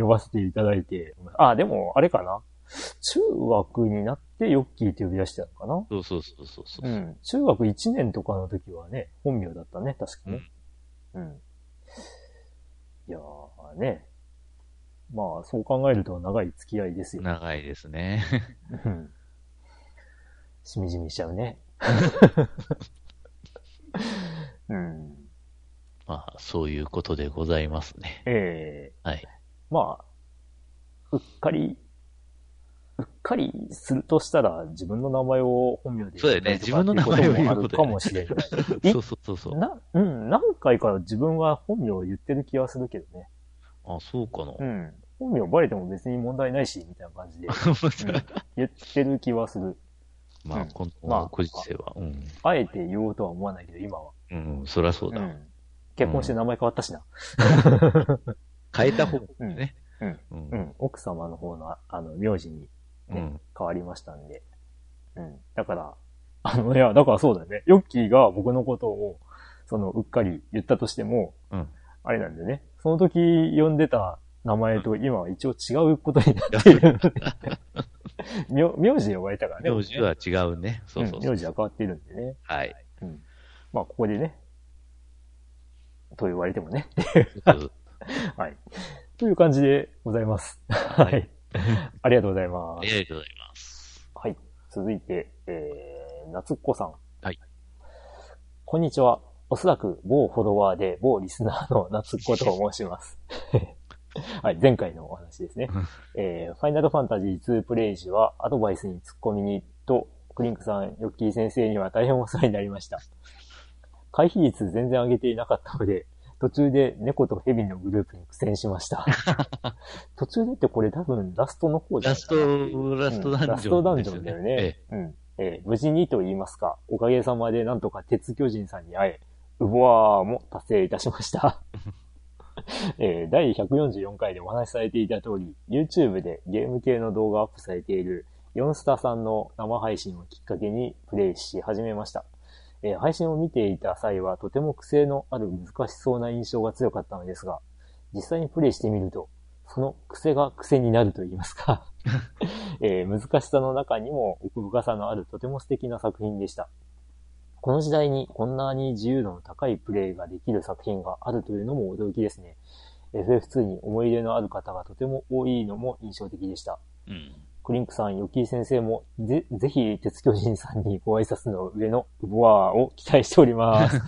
[SPEAKER 1] 呼ばせていただいて。あ、でも、あれかな。中学になってヨッキーって呼び出してたのかな。
[SPEAKER 2] そうそうそうそうそうう、
[SPEAKER 1] ん。中学1年とかの時はね、本名だったね、確かね。うん。いやーね。まあ、そう考えると長い付き合いですよ。
[SPEAKER 2] 長いですね。 *laughs*
[SPEAKER 1] うん。しみじみしちゃうね。うん。
[SPEAKER 2] まあ、そういうことでございますね。
[SPEAKER 1] ええ
[SPEAKER 2] はい。
[SPEAKER 1] まあ、うっかり、うっかりするとしたら自分の名前を本名で
[SPEAKER 2] そうだよね自分の名前を言うことだよね
[SPEAKER 1] とかもあるかもしれない。え
[SPEAKER 2] そうそうそうそう。
[SPEAKER 1] な、うん、何回か自分は本名を言ってる気はするけどね。
[SPEAKER 2] あ、そうかな。
[SPEAKER 1] うん。本名バレても別に問題ないし、みたいな感
[SPEAKER 2] *laughs*
[SPEAKER 1] じで、うん言ってる気はする。
[SPEAKER 2] ま
[SPEAKER 1] う
[SPEAKER 2] あ、
[SPEAKER 1] ん
[SPEAKER 2] こ
[SPEAKER 1] まあ
[SPEAKER 2] のご時世は。うん。
[SPEAKER 1] あえて言おうとは思わないけど、今は。
[SPEAKER 2] うん、そりゃそうだ。
[SPEAKER 1] ん。結婚して名前変わったしな。
[SPEAKER 2] 変えた方がね。
[SPEAKER 1] うん
[SPEAKER 2] うん。
[SPEAKER 1] うん。奥様の方の、あの、名字に、
[SPEAKER 2] う
[SPEAKER 1] ね
[SPEAKER 2] ん
[SPEAKER 1] 変わりましたんで。うん。だ
[SPEAKER 2] *laughs*
[SPEAKER 1] から、あの、いや、だからそうだよね。ヨッキーが僕のことを、その、うっかり言ったとしても、
[SPEAKER 2] うん
[SPEAKER 1] あれなんでね。その時呼んでた名前と今は一応違うことになっているんで。 *laughs* 名名字で呼ばれたからね。
[SPEAKER 2] 名字は違うね。そうそう
[SPEAKER 1] うん
[SPEAKER 2] そ
[SPEAKER 1] 名
[SPEAKER 2] う。
[SPEAKER 1] 字は変わってるんでね。
[SPEAKER 2] はい。
[SPEAKER 1] うん。まあ、ここでね。と言われてもね。 *laughs* はい。という感じでございます。はい。ありがとうございま
[SPEAKER 2] あ
[SPEAKER 1] す。
[SPEAKER 2] りがとうございます。
[SPEAKER 1] はい。続いて、えー、夏っ子さん。
[SPEAKER 2] はい。
[SPEAKER 1] こんにちは。おそらく某フォロワーで某リスナーの *laughs* 夏っ子と申し
[SPEAKER 2] *laughs*
[SPEAKER 1] ます。はい、前回のお話ですね。えー、ファイナルファンタジー2プレイ時はアドバイスに突っ込みにと、クリンクさん、ヨッキー先生には大変お世話になりました。回避率全然上げていなかったので、途中で猫と蛇のグループに苦戦しま
[SPEAKER 2] *laughs*
[SPEAKER 1] した。途中でってこれ多分ラストの方じゃ
[SPEAKER 2] ラ
[SPEAKER 1] ない
[SPEAKER 2] ス
[SPEAKER 1] かな
[SPEAKER 2] ト、ラストダンジョン、
[SPEAKER 1] ラストダンジョンだよね。
[SPEAKER 2] え
[SPEAKER 1] うんえー無事にと言いますか、おかげさまでなんとか鉄巨人さんに会え、ウボアーも達成いたしま
[SPEAKER 2] *laughs*
[SPEAKER 1] した。えー第144回でお話しされていた通り、YouTube でゲーム系の動画アップされているヨンスタさんの生配信をきっかけにプレイし始めました。えー配信を見ていた際はとても癖のある難しそうな印象が強かったのですが、実際にプレイしてみると、その癖が癖になると言いますか。えー難しさの中にも奥深さのあるとても素敵な作品でした。この時代にこんなに自由度の高いプレイができる作品があるというのも驚きですね。FF2 に思い入れのある方がとても多いのも印象的でした。
[SPEAKER 2] えうん。
[SPEAKER 1] クリンクさん、ヨキー先生もぜ、ぜひ、鉄巨人さんにご挨拶の上のウボアーを期待しており
[SPEAKER 2] *laughs*
[SPEAKER 1] ます。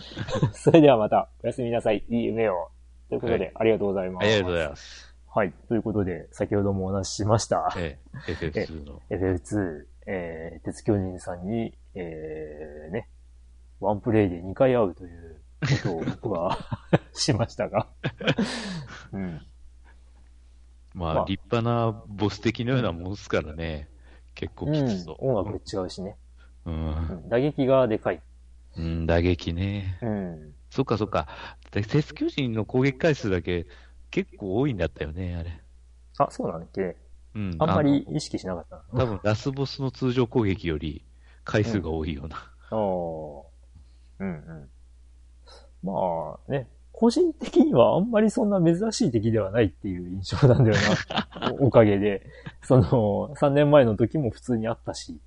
[SPEAKER 1] それではまた、おやすみなさい。いい夢を。ということで、
[SPEAKER 2] はい
[SPEAKER 1] ありがとうございま
[SPEAKER 2] あ
[SPEAKER 1] す。
[SPEAKER 2] りがとうござい
[SPEAKER 1] す。
[SPEAKER 2] ます。
[SPEAKER 1] はい。ということで、先ほどもお話ししました。
[SPEAKER 2] ええ、FF2 の。
[SPEAKER 1] FF2、えー、鉄巨人さんに、えー、ね、ワンプレイで2回会うという、ことを僕 *laughs* はしましたが。うん。
[SPEAKER 2] まあ、
[SPEAKER 1] まあ
[SPEAKER 2] 立派なボス的のようなもんですからね。結構きつそう。
[SPEAKER 1] うん音楽違うしね。
[SPEAKER 2] うん
[SPEAKER 1] う。ん打撃がでかい。
[SPEAKER 2] うん、打撃ね。
[SPEAKER 1] うん。
[SPEAKER 2] そっかそっか。で鉄巨人の攻撃回数だけ結構多いんだったよね、あれ。
[SPEAKER 1] あ、そうなんだっけ
[SPEAKER 2] うん。
[SPEAKER 1] あんまり
[SPEAKER 2] の
[SPEAKER 1] 意識しなかったな。
[SPEAKER 2] 多分ラスボスの通常攻撃より回数が多いような。
[SPEAKER 1] ああ。うんうん。まあね、個人的にはあんまりそんな珍しい敵ではないっていう印象なんだよ *laughs* な。おおかげで。その、3年前の時も普通にあったし、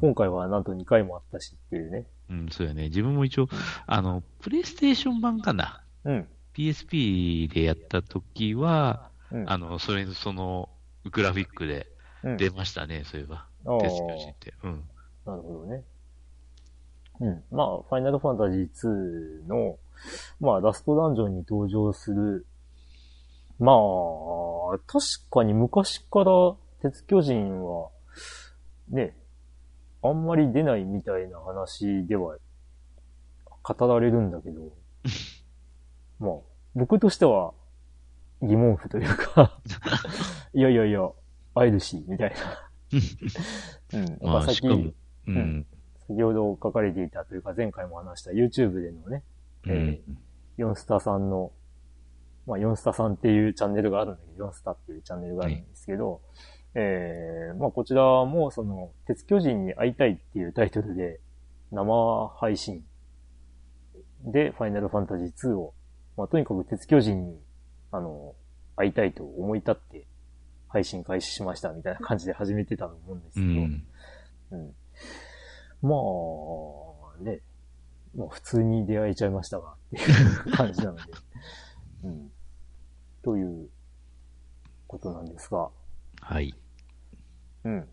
[SPEAKER 1] 今回はなんと2回もあったしっていうね。
[SPEAKER 2] うん、うんそうやね。自分も一応、あの、プレイステーション版かな。
[SPEAKER 1] うん。
[SPEAKER 2] PSP でやった時は、
[SPEAKER 1] うん。
[SPEAKER 2] あの、それ、その、グラフィックで
[SPEAKER 1] うん、
[SPEAKER 2] 出ましたね、そういえば。
[SPEAKER 1] あー
[SPEAKER 2] 鉄巨人って。うん。
[SPEAKER 1] なるほどね。うん。まあ、ファイナルファンタジー2の、まあ、ラストダンジョンに登場する、まあ、確かに昔から鉄巨人は、ね、あんまり出ないみたいな話では、語られるんだ
[SPEAKER 2] *laughs*
[SPEAKER 1] けど、まあ、僕としては、疑問符というか、
[SPEAKER 2] *laughs*
[SPEAKER 1] いやいやいや、会えるし、みたいな。
[SPEAKER 2] *laughs*
[SPEAKER 1] うん。
[SPEAKER 2] ま
[SPEAKER 1] なん
[SPEAKER 2] あ、
[SPEAKER 1] か
[SPEAKER 2] し
[SPEAKER 1] 先
[SPEAKER 2] かも、うん。
[SPEAKER 1] うん先ほど書かれていたというか、前回も話した YouTube でのね、
[SPEAKER 2] うん
[SPEAKER 1] えヨンスタさんの、まあ、ヨンスタさんっていうチャンネルがあるんだけど、ヨンスタっていうチャンネルがあるんですけど、えー、まあ、こちらも、その、鉄巨人に会いたいっていうタイトルで、生配信で、ファイナルファンタジー2を、まあ、とにかく鉄巨人に、あの、会いたいと思い立って、配信開始しましたみたいな感じで始めてたと思うんです
[SPEAKER 2] う
[SPEAKER 1] けど、
[SPEAKER 2] ん。
[SPEAKER 1] うん。まあ、ね、もう普通に出会えちゃいましたが、っていう感じなので。うん。ということなんですが、
[SPEAKER 2] はい。
[SPEAKER 1] うん。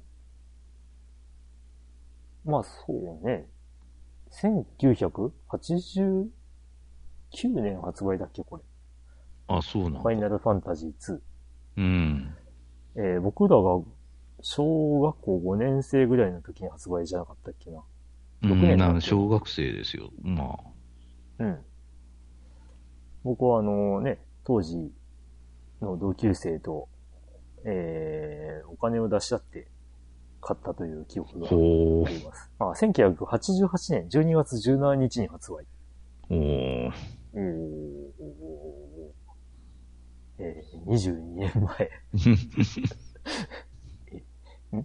[SPEAKER 1] まあそうね、1989年発売だっけ、これ。
[SPEAKER 2] あ、そうなん
[SPEAKER 1] ファ
[SPEAKER 2] だ。
[SPEAKER 1] イナルファンタジー2。
[SPEAKER 2] うん。
[SPEAKER 1] えー僕らが小学校5年生ぐらいの時に発売じゃなかったっけな。
[SPEAKER 2] う
[SPEAKER 1] 六年
[SPEAKER 2] ん、
[SPEAKER 1] なん
[SPEAKER 2] な
[SPEAKER 1] て
[SPEAKER 2] ん小学生ですよ。ま
[SPEAKER 1] うん。僕はあのね、当時の同級生と、えー、お金を出し合って買ったという記憶
[SPEAKER 2] あ。
[SPEAKER 1] が
[SPEAKER 2] ほ
[SPEAKER 1] あります。あ、1988年12月17日に発売。
[SPEAKER 2] う。
[SPEAKER 1] *laughs*
[SPEAKER 2] おー
[SPEAKER 1] おーえー、22年 *laughs* 前。え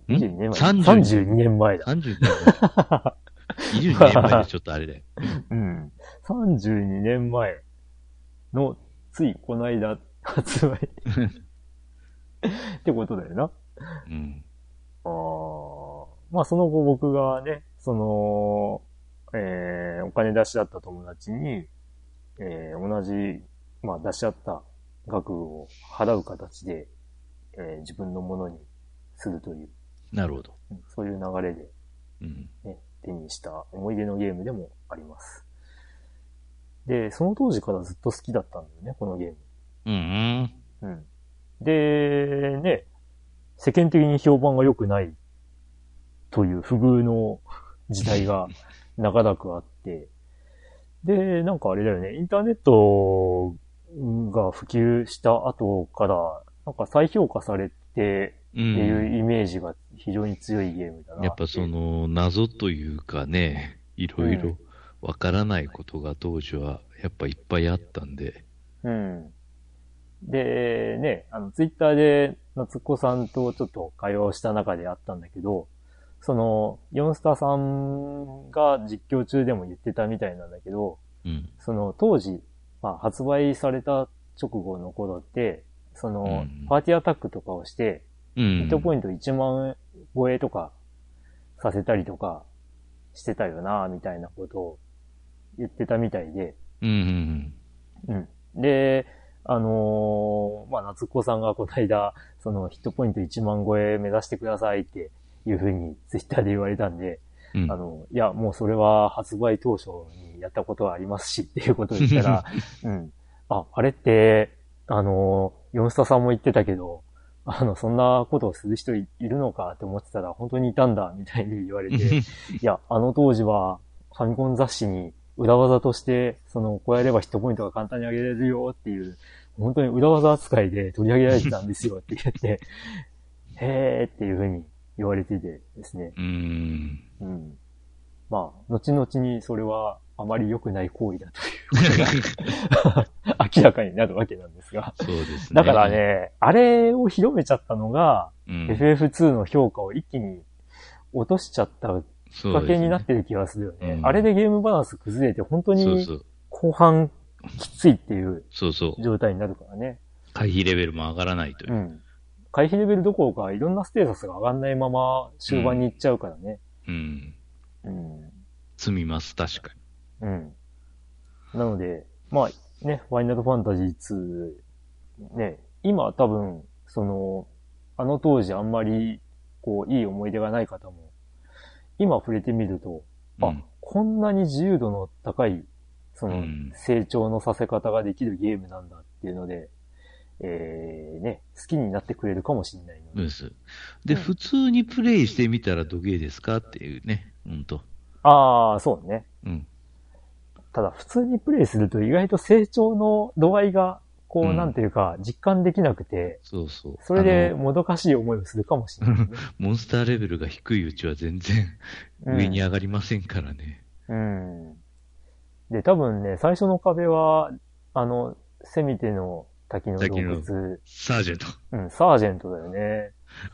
[SPEAKER 1] 22年前。
[SPEAKER 2] 32
[SPEAKER 1] 32年前だ。
[SPEAKER 2] 32年前。22年前でちょっとあれだよ。
[SPEAKER 1] うん。32年前の、ついこの間、発売。ってことだよな。
[SPEAKER 2] うん。
[SPEAKER 1] あーまあ、その後僕がね、その、えー、お金出し合った友達に、えー、同じ、まあ、出し合った額を払う形で、えー、自分のものにするという、
[SPEAKER 2] なるほど。
[SPEAKER 1] うんそういう流れで
[SPEAKER 2] うん。
[SPEAKER 1] ね、手にした思い出のゲームでもあります。で、その当時からずっと好きだったんだよね、このゲーム。
[SPEAKER 2] うんうん。
[SPEAKER 1] うん。で、ね、世間的に評判が良くないという不遇の時代
[SPEAKER 2] *laughs*
[SPEAKER 1] が長らくあって、で、なんかあれだよね、インターネットが普及した後から、なんか再評価されてっ
[SPEAKER 2] う
[SPEAKER 1] て
[SPEAKER 2] ん。
[SPEAKER 1] いうイメージが非常に強いゲームだなていう。
[SPEAKER 2] やっぱその、謎というかね、いろいろわからないことが当時はやっぱいっぱいあったんで。
[SPEAKER 1] うん。で、ね、あの、ツイッターで、夏子さんとちょっと会話をした中であったんだけど、その、ヨンスターさんが実況中でも言ってたみたいなんだけど、
[SPEAKER 2] うん。
[SPEAKER 1] その当時、まあ、発売された直後の頃って、その、
[SPEAKER 2] うん
[SPEAKER 1] パーティーアタックとかをして、
[SPEAKER 2] うん。
[SPEAKER 1] ヒットポイント1万超えとかさせたりとかしてたよな、みたいなことを言ってたみたいで、
[SPEAKER 2] うんうん
[SPEAKER 1] うん。で、あのーまあ、夏子さんがこの間、そのヒットポイント1万超え目指してくださいっていうふうにツイッターで言われたんで、
[SPEAKER 2] うん。
[SPEAKER 1] あの、いや、もうそれは発売当初にやったことはありますしっていうことを言った
[SPEAKER 2] *laughs*
[SPEAKER 1] ら、うん。あ、あれって、あの、ヨンスタさんも言ってたけど、あの、そんなことをする人いいるのかって思ってたら、本当にいたんだ、みたいに言われて、いや、あの当時は、ファミコン雑誌に、裏技として、その、こうやればヒットポイントが簡単に上げられるよっていう、本当に裏技扱いで取り上げられてたんですよって言って、 *laughs* へーっていうふうに言われててですね。
[SPEAKER 2] う
[SPEAKER 1] *laughs*
[SPEAKER 2] ーん。
[SPEAKER 1] うん。まあ、後々にそれはあまり良くない行為だと *laughs* いう明らかになるわけなんですが。
[SPEAKER 2] そうですね。
[SPEAKER 1] だから、ね、あれを広めちゃったのが、
[SPEAKER 2] うん、
[SPEAKER 1] FF2 の評価を一気に落としちゃったきっ
[SPEAKER 2] そ
[SPEAKER 1] か
[SPEAKER 2] う
[SPEAKER 1] け
[SPEAKER 2] です
[SPEAKER 1] にな
[SPEAKER 2] ね
[SPEAKER 1] っ。てる気がするよね。
[SPEAKER 2] うん
[SPEAKER 1] あれでゲームバランス崩れて、本当
[SPEAKER 2] そう
[SPEAKER 1] に
[SPEAKER 2] そう。
[SPEAKER 1] 後半きついっていう
[SPEAKER 2] そうそう。
[SPEAKER 1] 状態になるからね。
[SPEAKER 2] 回避レベルも上がらないという
[SPEAKER 1] う。ん。回避レベルどころか、いろんなステータスが上がんないまま終盤に行っちゃうからね。
[SPEAKER 2] うん。
[SPEAKER 1] うん。
[SPEAKER 2] 積みます、確かに。
[SPEAKER 1] うん。なので、まあ、ね、ファイナルファンタジー2、ね、今多分、その、あの当時あんまり、こう、いい思い出がない方も、今触れてみると、あ、
[SPEAKER 2] うん
[SPEAKER 1] こんなに自由度の高い、その、
[SPEAKER 2] うん
[SPEAKER 1] 成長のさせ方ができるゲームなんだっていうので、えー、ね、好きになってくれるかもしれないので。
[SPEAKER 2] そうです。で、
[SPEAKER 1] うん
[SPEAKER 2] 普通にプレイしてみたらどげですかっていうね。うんと。
[SPEAKER 1] ああ、そうね。
[SPEAKER 2] うん。
[SPEAKER 1] ただ普通にプレイすると意外と成長の度合いが、こ
[SPEAKER 2] う
[SPEAKER 1] う、
[SPEAKER 2] ん
[SPEAKER 1] なんていうか、実感できなくて、
[SPEAKER 2] そうそう。
[SPEAKER 1] それ
[SPEAKER 2] あ
[SPEAKER 1] で
[SPEAKER 2] の、
[SPEAKER 1] もどかしい思いをするかもしれないね、
[SPEAKER 2] モンスターレベルが低いうちは全然
[SPEAKER 1] うん
[SPEAKER 2] *laughs* 上に上がりませんからね。
[SPEAKER 1] うん。で、多分ね、最初の壁は、あの、せめての滝の洞
[SPEAKER 2] 滝の
[SPEAKER 1] 窟、
[SPEAKER 2] サージェント。
[SPEAKER 1] うん、サージェントだよね。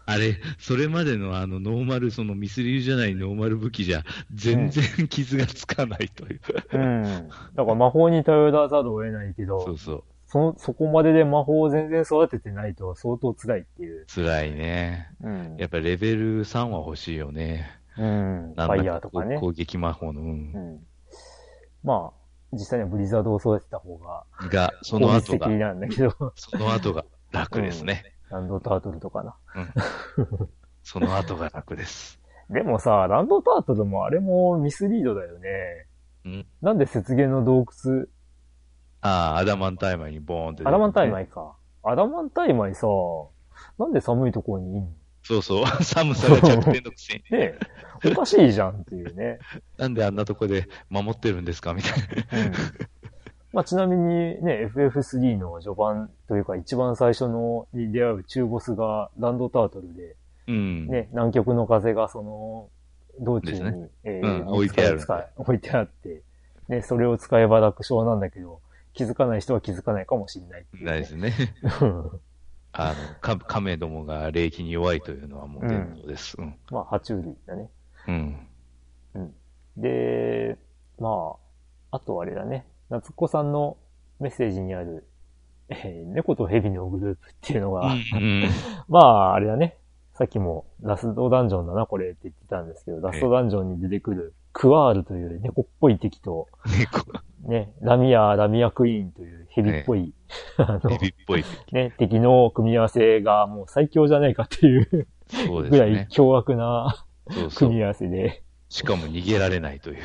[SPEAKER 2] あれ、それまでのあの、ノーマル、そのミスリューじゃないノーマル武器じゃ、全然傷がつかないという。
[SPEAKER 1] うん。だから魔法に頼らざるを得ないけ
[SPEAKER 2] そ
[SPEAKER 1] ど
[SPEAKER 2] う、そう。
[SPEAKER 1] その、そこまでで魔法を全然育ててないと相当辛いっていう。
[SPEAKER 2] 辛いね。
[SPEAKER 1] うん。
[SPEAKER 2] やっぱりレベル3は欲しいよね。
[SPEAKER 1] うん。フ
[SPEAKER 2] なんだ
[SPEAKER 1] ァイヤーとかね。
[SPEAKER 2] こう攻撃魔法の、うん
[SPEAKER 1] うん。まあ、実際にはブリザードを育てた方が、
[SPEAKER 2] が、そ
[SPEAKER 1] 効
[SPEAKER 2] の
[SPEAKER 1] 率
[SPEAKER 2] 後
[SPEAKER 1] 的
[SPEAKER 2] が、
[SPEAKER 1] なんだけど、 *laughs*
[SPEAKER 2] その後が楽ですね。
[SPEAKER 1] ランドタートルとかな。
[SPEAKER 2] その後が楽です。
[SPEAKER 1] でもさ、ランドタートルもあれもミスリードだよね。
[SPEAKER 2] うん
[SPEAKER 1] なんで雪原の洞窟、
[SPEAKER 2] ああ、アダマンタイマイにボーンって、
[SPEAKER 1] アダマンタイ
[SPEAKER 2] イ。
[SPEAKER 1] マイか。アダマンタイマイさ、なんで寒いところにいんの
[SPEAKER 2] そうそう。 *laughs* 寒さが弱点のくせに。
[SPEAKER 1] ねえおかしいじゃんっていうね。
[SPEAKER 2] なんであんなとこで守ってるんですかみたいな。 *laughs*
[SPEAKER 1] うんまあ、ちなみにね、FF3 の序盤というか一番最初のに出会う中ボスがランドタートルで、
[SPEAKER 2] うん。
[SPEAKER 1] ね、南極の風がその、道中
[SPEAKER 2] で
[SPEAKER 1] に、
[SPEAKER 2] すね
[SPEAKER 1] え
[SPEAKER 2] うん置いてある
[SPEAKER 1] 使え置いてあって、ね、それを使えば楽勝なんだけど、気づかない人は気づかないかもしれないっていうね、
[SPEAKER 2] ないですね。
[SPEAKER 1] うん
[SPEAKER 2] あの、か亀どもが霊気に弱いというのはもう伝統です。うん。
[SPEAKER 1] *laughs* まあ、爬虫類だね。
[SPEAKER 2] うん。
[SPEAKER 1] で、まあ、あとあれだね、夏子さんのメッセージにある、えー猫と蛇のグループっていうのが、
[SPEAKER 2] うん
[SPEAKER 1] まあ、あれだね。さっきもラストダンジョンだな、これって言ってたんですけど、ラストダンジョンに出てくるクワールという猫っぽい敵と、
[SPEAKER 2] 猫、
[SPEAKER 1] ね、ラミア、ラミアクイーンというヘビっぽい、あの
[SPEAKER 2] エ、ビっぽい。
[SPEAKER 1] ね、敵の組み合わせがもう最強じゃないかっていう
[SPEAKER 2] そうで
[SPEAKER 1] ぐ
[SPEAKER 2] す
[SPEAKER 1] らい
[SPEAKER 2] ね。
[SPEAKER 1] 凶悪な
[SPEAKER 2] そうそ
[SPEAKER 1] 組
[SPEAKER 2] う。
[SPEAKER 1] み合わせで、
[SPEAKER 2] しかも逃げられないという。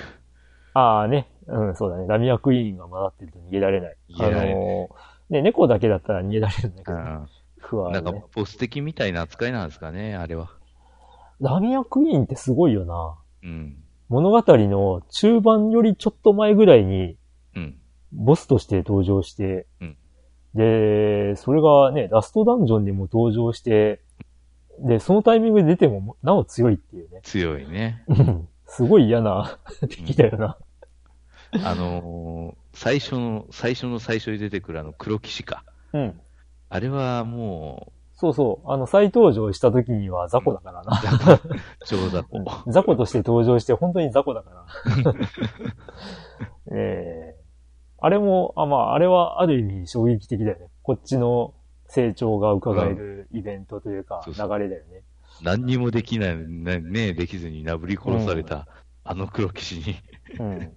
[SPEAKER 1] ああね、うん、そうだね、ラミアクイーンが混ざってると逃げられない。
[SPEAKER 2] 逃げられない
[SPEAKER 1] あのーね、猫だけだったら逃げられるんだけ
[SPEAKER 2] う
[SPEAKER 1] ど、
[SPEAKER 2] ん。
[SPEAKER 1] ふわ
[SPEAKER 2] な
[SPEAKER 1] ー
[SPEAKER 2] んか、
[SPEAKER 1] ね。
[SPEAKER 2] ポス的みたいな扱いなんですかね、あれは。
[SPEAKER 1] ラミアクイーンってすごいよな。
[SPEAKER 2] うん。
[SPEAKER 1] 物語の中盤よりちょっと前ぐらいに、
[SPEAKER 2] うん。
[SPEAKER 1] ボスとして登場して、
[SPEAKER 2] うん
[SPEAKER 1] で、それがね、ラストダンジョンにも登場して、で、そのタイミングで出てもなお強いっていうね。
[SPEAKER 2] 強いね。
[SPEAKER 1] うん *laughs* すごい嫌な *laughs* 敵だよな。
[SPEAKER 2] あのー最初の、最初の最初に出てくるあの黒騎士か。
[SPEAKER 1] うん。
[SPEAKER 2] あれはも
[SPEAKER 1] そうそう。あの、再登場した時には雑魚だからな。
[SPEAKER 2] *laughs* う、上座を。
[SPEAKER 1] 雑魚として登場して本当に雑魚だ *laughs* から。ええあれも、あ、まあ、あれはある意味衝撃的だよね。こっちの成長が伺えるイベントというか、
[SPEAKER 2] そう
[SPEAKER 1] 流
[SPEAKER 2] そう
[SPEAKER 1] れだよね。
[SPEAKER 2] 何にもできない、ね、ねできずになぶり殺された、あの黒騎士に。
[SPEAKER 1] うん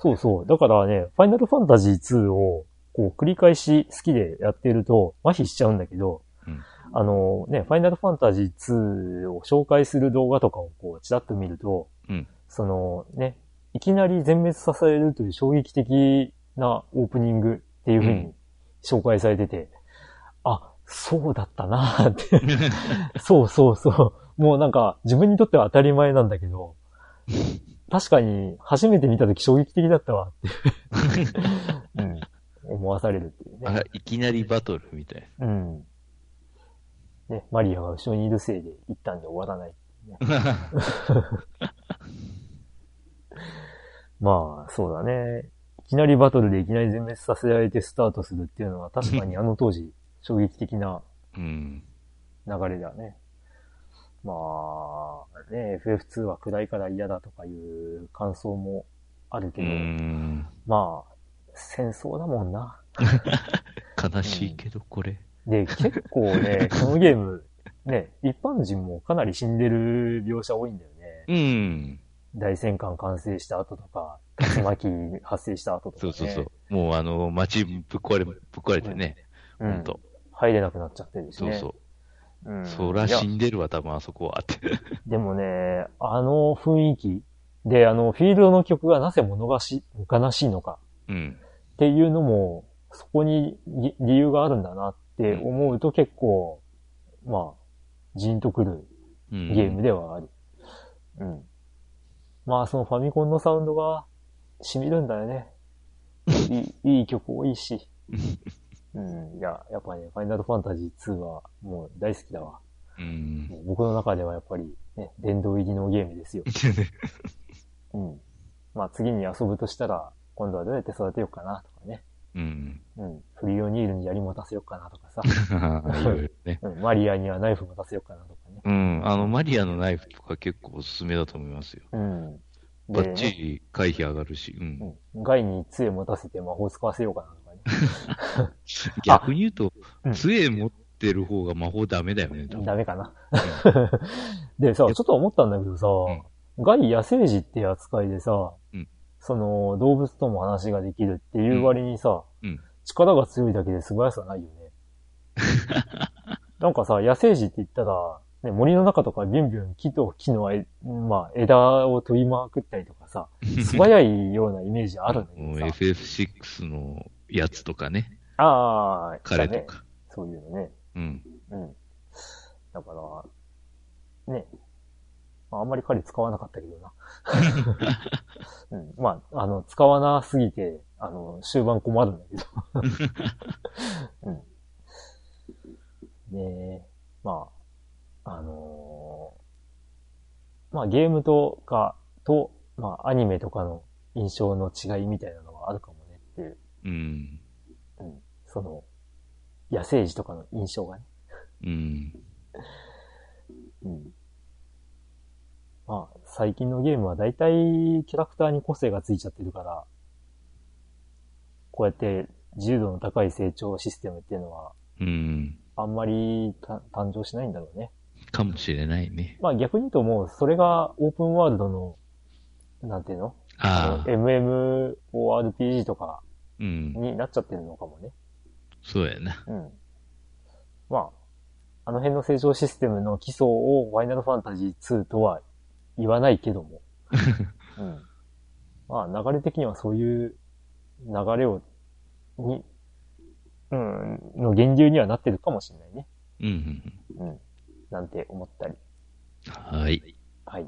[SPEAKER 1] そうそう。だからね、ファイナルファンタジー2を、こう、繰り返し好きでやってると、麻痺しちゃうんだけど、
[SPEAKER 2] うん
[SPEAKER 1] あのね、ファイナルファンタジー2を紹介する動画とかをこう、ちらっと見ると、
[SPEAKER 2] うん
[SPEAKER 1] そのね、いきなり全滅させられるという衝撃的なオープニングっていう風
[SPEAKER 2] う
[SPEAKER 1] に紹介されてて、あ、そうだったなってそうそうそう。もうなんか、自分にとっては当たり前なんだけど、確かに、初めて見たとき衝撃的だったわっていう、うん、思わされるっていうね。
[SPEAKER 2] *laughs* あいきなりバトルみたい
[SPEAKER 1] うん。ね、マリアが後ろにいるせいで、一旦で終わらない。
[SPEAKER 2] な。
[SPEAKER 1] まあ、そうだね。いきなりバトルでいきなり全滅させられてスタートするっていうのは、確かにあの当時、衝撃的な
[SPEAKER 2] *laughs* うん。
[SPEAKER 1] 流れだね。まあ、ね、FF2 は暗いから嫌だとかいう感想もあるけ
[SPEAKER 2] う
[SPEAKER 1] ど、
[SPEAKER 2] ん。
[SPEAKER 1] まあ、戦争だもんな。
[SPEAKER 2] 悲しいけど、これ。
[SPEAKER 1] で、結構ね、 *laughs* このゲーム、ね、一般人もかなり死んでる描写多いんだよね。
[SPEAKER 2] うん。
[SPEAKER 1] 大戦艦完成した後とか、竜巻発生した後とか、
[SPEAKER 2] そ
[SPEAKER 1] ね。
[SPEAKER 2] うそうそう。もうあの、街ぶっ壊れ、ぶっ壊れてね。
[SPEAKER 1] う
[SPEAKER 2] ほん
[SPEAKER 1] ん。
[SPEAKER 2] と。
[SPEAKER 1] 入れなくなっちゃってるし
[SPEAKER 2] そう
[SPEAKER 1] ね。
[SPEAKER 2] そう。
[SPEAKER 1] う。ん、
[SPEAKER 2] そら死
[SPEAKER 1] いや
[SPEAKER 2] んでるわ、多分あそこはって。
[SPEAKER 1] でもね、あの雰囲気で、あの、フィールドの曲がなぜ物悲し悲しいのか
[SPEAKER 2] うん。
[SPEAKER 1] っていうのも、そこに理理由があるんだなって思うと結構、まあ、じんとくる
[SPEAKER 2] うん
[SPEAKER 1] ゲームではある。うん。まあ、そのファミコンのサウンドが染みるんだよね。 *laughs* いいいい曲多いし。 *laughs* うん。いや、やっぱね、ファイナルファンタジー2はもう大好きだわ。
[SPEAKER 2] うん。
[SPEAKER 1] もう僕の中ではやっぱり、ね、殿堂入りのゲームですよ。うん。まあ、次に遊ぶとしたら、今度はどうやって育てようかなとかね。
[SPEAKER 2] *laughs* うん。
[SPEAKER 1] うん。フリーオニールに槍持たせようかなと *laughs* かさ。
[SPEAKER 2] いろいろね。
[SPEAKER 1] うん。マリアにはナイフ持たせようかなとかね。
[SPEAKER 2] うん。あの、マリアのナイフとか結構おすすめだと思いますよ。
[SPEAKER 1] うん。
[SPEAKER 2] バ
[SPEAKER 1] ね
[SPEAKER 2] ッチリ回避上がるし。うん。
[SPEAKER 1] うん。害に杖持たせて魔法使わせようかなとかね。
[SPEAKER 2] *laughs* 逆に言うと
[SPEAKER 1] う、ん
[SPEAKER 2] 杖持ってる方が魔法ダメだよね、多分
[SPEAKER 1] ダメかな。でさ、ちょっと思ったんだけどさ、害野生児っていう扱いでさ、
[SPEAKER 2] うん
[SPEAKER 1] その動物とも話ができるっていう割にさ、
[SPEAKER 2] うんうん
[SPEAKER 1] 力が強いだけで素早さないよね。
[SPEAKER 2] *laughs*
[SPEAKER 1] なんかさ、野生児って言ったら、ね、森の中とかビュンビュン木と木のえ、まあ、枝を取りまくったりとかさ、素早いようなイメージあるんだけ
[SPEAKER 2] *laughs* もう
[SPEAKER 1] どさ。
[SPEAKER 2] FF6 のやつとかね、
[SPEAKER 1] ああ、
[SPEAKER 2] 彼
[SPEAKER 1] だ
[SPEAKER 2] と
[SPEAKER 1] ね。
[SPEAKER 2] か。
[SPEAKER 1] そういうのね。
[SPEAKER 2] うん。
[SPEAKER 1] うん。だから、ね。まあ、あんまり彼使わなかったけどな。うん、まあ、あの、使わなすぎて、あの、終盤困るんだけど。うん。で、まあ、あのーまあゲームとかと、まあアニメとかの印象の違いみたいなのはあるかもねっていう、
[SPEAKER 2] うん。
[SPEAKER 1] うん、その、野生児とかの印象がね。
[SPEAKER 2] うん。
[SPEAKER 1] うん。まあ、最近のゲームは大体キャラクターに個性がついちゃってるから、こうやって自由度の高い成長システムっていうのは、
[SPEAKER 2] うん。
[SPEAKER 1] あんまりた誕生しないんだろうね。
[SPEAKER 2] かもしれないね。
[SPEAKER 1] まあ逆に言うともう、それがオープンワールドの、なんていうの
[SPEAKER 2] ああ、
[SPEAKER 1] ?MMORPG とか
[SPEAKER 2] うん。
[SPEAKER 1] になっちゃってるのかもね。
[SPEAKER 2] そうやな。
[SPEAKER 1] うん。まあ、あの辺の成長システムの基礎をファイナルファンタジー2とは言わないけども。うん。まあ、流れ的にはそういう流れを、に、うん、の源流にはなってるかもしれないね。
[SPEAKER 2] うんうん
[SPEAKER 1] うん。なんて思ったり。
[SPEAKER 2] うん。はい。
[SPEAKER 1] はい。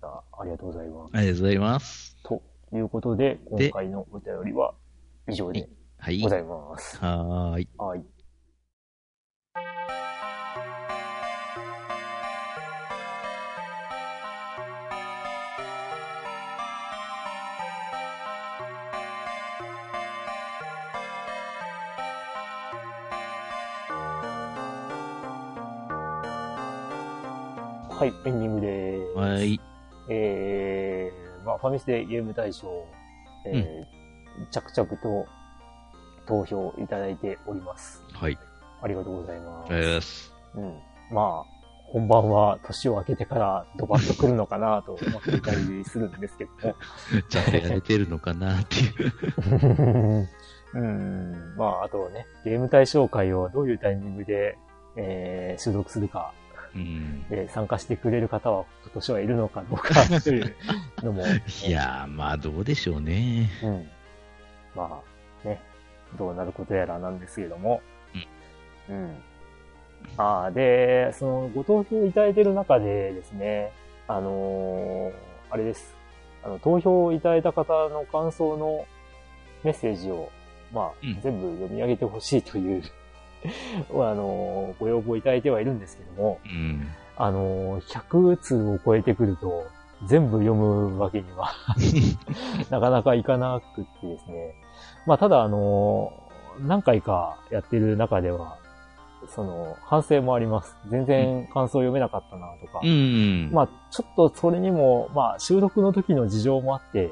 [SPEAKER 1] あありがとうございます。
[SPEAKER 2] ありがとうございます。
[SPEAKER 1] ということで、
[SPEAKER 2] で
[SPEAKER 1] 今回のお便りは以上で
[SPEAKER 2] はい。
[SPEAKER 1] ござ
[SPEAKER 2] はい
[SPEAKER 1] ます。
[SPEAKER 2] ーい。
[SPEAKER 1] はい。はい、エンディングでーす。
[SPEAKER 2] はい。
[SPEAKER 1] えー、まあ、ファミスでゲーム大賞、えー着々と投票いただいております。
[SPEAKER 2] はい。
[SPEAKER 1] ありがとうございま
[SPEAKER 2] ありがとう
[SPEAKER 1] す。
[SPEAKER 2] ござい *laughs* ます。
[SPEAKER 1] うん、まあ、本番は年を明けてからドバッと来るのかなと思っていたりするんですけ
[SPEAKER 2] *laughs*
[SPEAKER 1] ども。
[SPEAKER 2] ちゃんとやれてるのかなっていう。
[SPEAKER 1] うん、まあ、あとね、ゲーム対象会をどういうタイミングで、えー収録するか、
[SPEAKER 2] うん。
[SPEAKER 1] で参加してくれる方は今年はいるのかどうかというのも、
[SPEAKER 2] *laughs* いやー、まあどうでしょうね。
[SPEAKER 1] うん。まあ、ね、どうなることやらなんですけども。うん。ああ、で、その、ご投票いただいてる中でですね、あのーあれです。あの、投票いただいた方の感想のメッセージを、まあ、
[SPEAKER 2] うん
[SPEAKER 1] 全部読み上げてほしいという、 *laughs* あの、ご要望いただいてはいるんですけども、
[SPEAKER 2] うん。
[SPEAKER 1] あの、100通を超えてくると、全部読むわけに
[SPEAKER 2] *laughs*
[SPEAKER 1] は、なかなかいかなくってですね。まあ、ただ、あの、何回かやってる中では、その、反省もあります。全然感想読めなかったな、とか。
[SPEAKER 2] うん。
[SPEAKER 1] まあ、ちょっとそれにも、まあ、収録の時の事情もあって、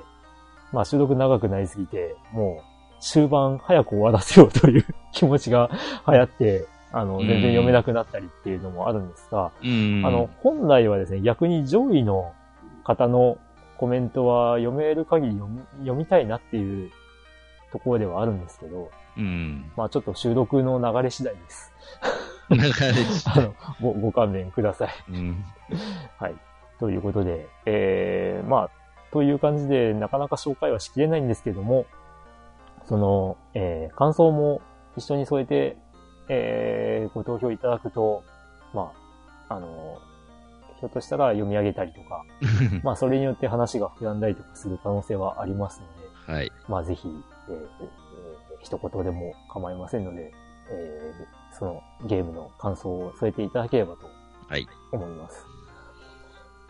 [SPEAKER 1] まあ、収録長くなりすぎて、もう、終盤早く終わらせようという *laughs* 気持ちが流行って、あの、
[SPEAKER 2] うん
[SPEAKER 1] 全然読めなくなったりっていうのもあるんですが、
[SPEAKER 2] うん。
[SPEAKER 1] あの、、本来はですね、逆に上位の方のコメントは読める限り読み読みたいなっていうところではあるんですけど、
[SPEAKER 2] うん。
[SPEAKER 1] まあ、ちょっと収録の流れ次第
[SPEAKER 2] *laughs*
[SPEAKER 1] です。
[SPEAKER 2] 流れち
[SPEAKER 1] あの、ご、ご勘弁ください。
[SPEAKER 2] うん。
[SPEAKER 1] はい。ということで、えー、まあ、という感じで、なかなか紹介はしきれないんですけども、その、えー、感想も一緒に添えて、えー、ご投票いただくと、まあ、あの、ひょっとしたら読み上げたりとか、まあ、それによって話が膨らんだりとかする可能性はありますので、
[SPEAKER 2] *laughs* はい。
[SPEAKER 1] まあ、ぜひ、えーえー一言でも構いませんので、えーそのゲームの感想を添えていただければと
[SPEAKER 2] はい
[SPEAKER 1] 思います。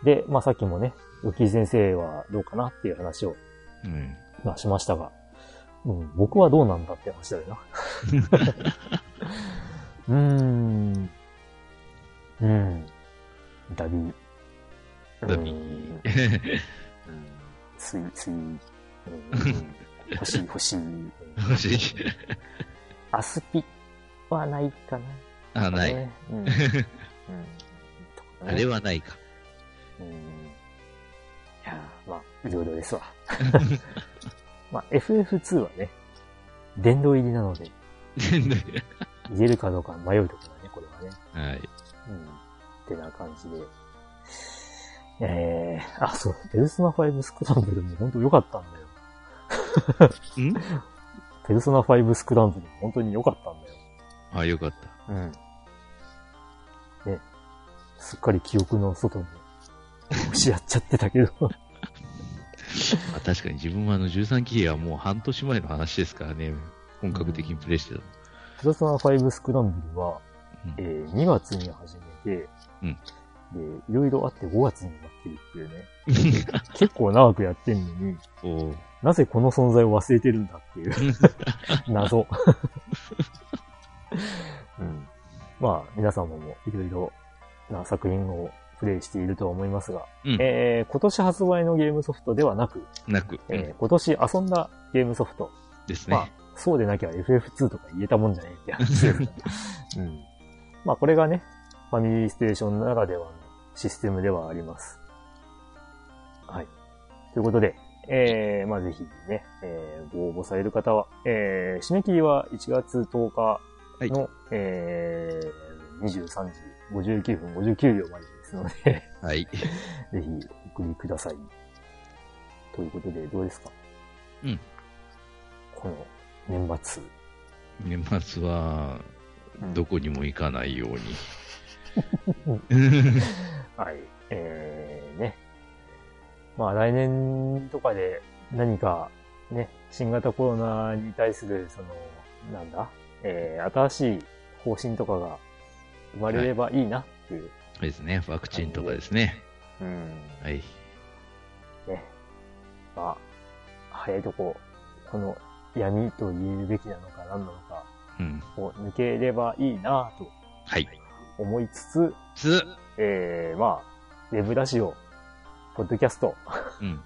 [SPEAKER 1] で、まあ、さっきもね、浮井先生はどうかなっていう話を、
[SPEAKER 2] うん。 *laughs*
[SPEAKER 1] まあ、しましたが、うん、僕はどうなんだって話だよ
[SPEAKER 2] *laughs*
[SPEAKER 1] な。うーん。うん。ダビー。
[SPEAKER 2] ダビ
[SPEAKER 1] う
[SPEAKER 2] ー
[SPEAKER 1] んうん水、水、うん、欲しい欲しい。うん
[SPEAKER 2] 欲しい
[SPEAKER 1] アスピはないか
[SPEAKER 2] あ、
[SPEAKER 1] な。
[SPEAKER 2] ない。
[SPEAKER 1] ね。うん。うん
[SPEAKER 2] あれ、はないか。 *laughs*
[SPEAKER 1] うん。いやーまあ、いろいろですわ。 *laughs* まあ、FF2 はね、殿堂入りなので、言えるかどうか迷うところだね、これはね。
[SPEAKER 2] はい。
[SPEAKER 1] うん。ってな感じで。えー、あ、そう、ペルソナ5スクランブルも本当良かったんだよ。
[SPEAKER 2] ん
[SPEAKER 1] ペルソナ5スクランブルも本当に良かったんだよ。
[SPEAKER 2] あ、よかっ
[SPEAKER 1] うん。ね、すっかり記憶の外にしやっちゃってた
[SPEAKER 2] *laughs*
[SPEAKER 1] けど。
[SPEAKER 2] た。まあ、確かに自分はあの13期兵はもう半年前の話ですからね。本格的にプレイしてたの。
[SPEAKER 1] ペルソナ5スクランブルは、
[SPEAKER 2] うん
[SPEAKER 1] えー2月に始めて、
[SPEAKER 2] うん
[SPEAKER 1] で、いろいろあって5月になってるっていうね。
[SPEAKER 2] *laughs*
[SPEAKER 1] 結構長くやってんのに、
[SPEAKER 2] おう
[SPEAKER 1] なぜこの存在を忘れてるんだっていう
[SPEAKER 2] *laughs*
[SPEAKER 1] 謎、うん。まあ、皆様もいろいろな作品をプレイしているとは思いますが、
[SPEAKER 2] うん
[SPEAKER 1] えー今年発売のゲームソフトではなく、
[SPEAKER 2] なく、
[SPEAKER 1] えー今年遊んだゲームソフト、
[SPEAKER 2] です
[SPEAKER 1] まあ
[SPEAKER 2] ね。、
[SPEAKER 1] そうでなきゃ FF2 とか言えたもんじゃねえって話
[SPEAKER 2] *laughs*
[SPEAKER 1] ですから、うん、まあ、これがね、ファミリーステーションならではのシステムではあります。はい。ということで、えー、まあ、ぜひね、えー、ご応募される方は、えー、締め切りは1月10日の、えー、23時59分59秒までですので、ぜ
[SPEAKER 2] はい。
[SPEAKER 1] ひお送りください。ということで、どうですか
[SPEAKER 2] うん。
[SPEAKER 1] この年末。
[SPEAKER 2] 年末は、どこにも行かないように。
[SPEAKER 1] *laughs* はい。えー、ね。まあ来年とかで何かね、新型コロナに対する、その、なんだ、えー、新しい方針とかが生まれればいいなっていう。
[SPEAKER 2] ですね。ワクチンとかですね。
[SPEAKER 1] うん。
[SPEAKER 2] はい。
[SPEAKER 1] ね。まあ、早いとこ、この闇と言うべきなのか何なのか
[SPEAKER 2] うん。
[SPEAKER 1] を抜ければいいなと
[SPEAKER 2] はい。
[SPEAKER 1] 思いつつ、
[SPEAKER 2] つ、
[SPEAKER 1] えー、まあ、ウェブラジオ、ポッドキャスト、
[SPEAKER 2] うん。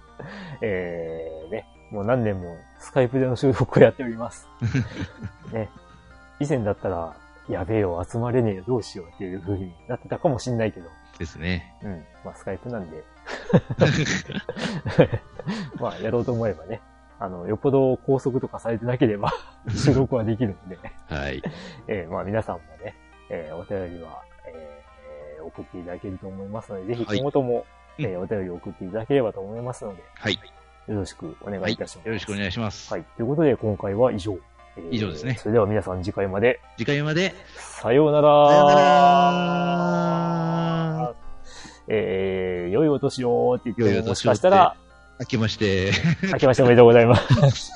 [SPEAKER 1] えー、ね、もう何年もスカイプでの収録をやっております。ね、以前だったら、やべえよ、集まれねえよ、どうしようっていう風になってたかもしんないけど、
[SPEAKER 2] です
[SPEAKER 1] *laughs*
[SPEAKER 2] ね。
[SPEAKER 1] うん、まあスカイプなんで、まあやろうと思えばね、あの、よっぽど拘束とかされてなければ収録はできるんで、
[SPEAKER 2] はい。
[SPEAKER 1] えー、まあ皆さんもね、えー、お便りは、えー送っていただけると思いますので、ぜひ今後とも、
[SPEAKER 2] い
[SPEAKER 1] えーお便りを送っていただければと思いますので、
[SPEAKER 2] はい。
[SPEAKER 1] よろしくお願
[SPEAKER 2] はい
[SPEAKER 1] いい
[SPEAKER 2] い
[SPEAKER 1] たします。
[SPEAKER 2] よろしくお願いします。
[SPEAKER 1] はい。ということで、今回は以上。えー
[SPEAKER 2] 以上ですね
[SPEAKER 1] それでは皆さん次回まで、
[SPEAKER 2] 次回まで、
[SPEAKER 1] さようなら
[SPEAKER 2] さようなら
[SPEAKER 1] えー、良いお年をって言っ
[SPEAKER 2] 良い
[SPEAKER 1] て
[SPEAKER 2] お年を
[SPEAKER 1] も、もしかしたら、
[SPEAKER 4] 明けまして。
[SPEAKER 2] *laughs*
[SPEAKER 1] 明けましておめでとうございます。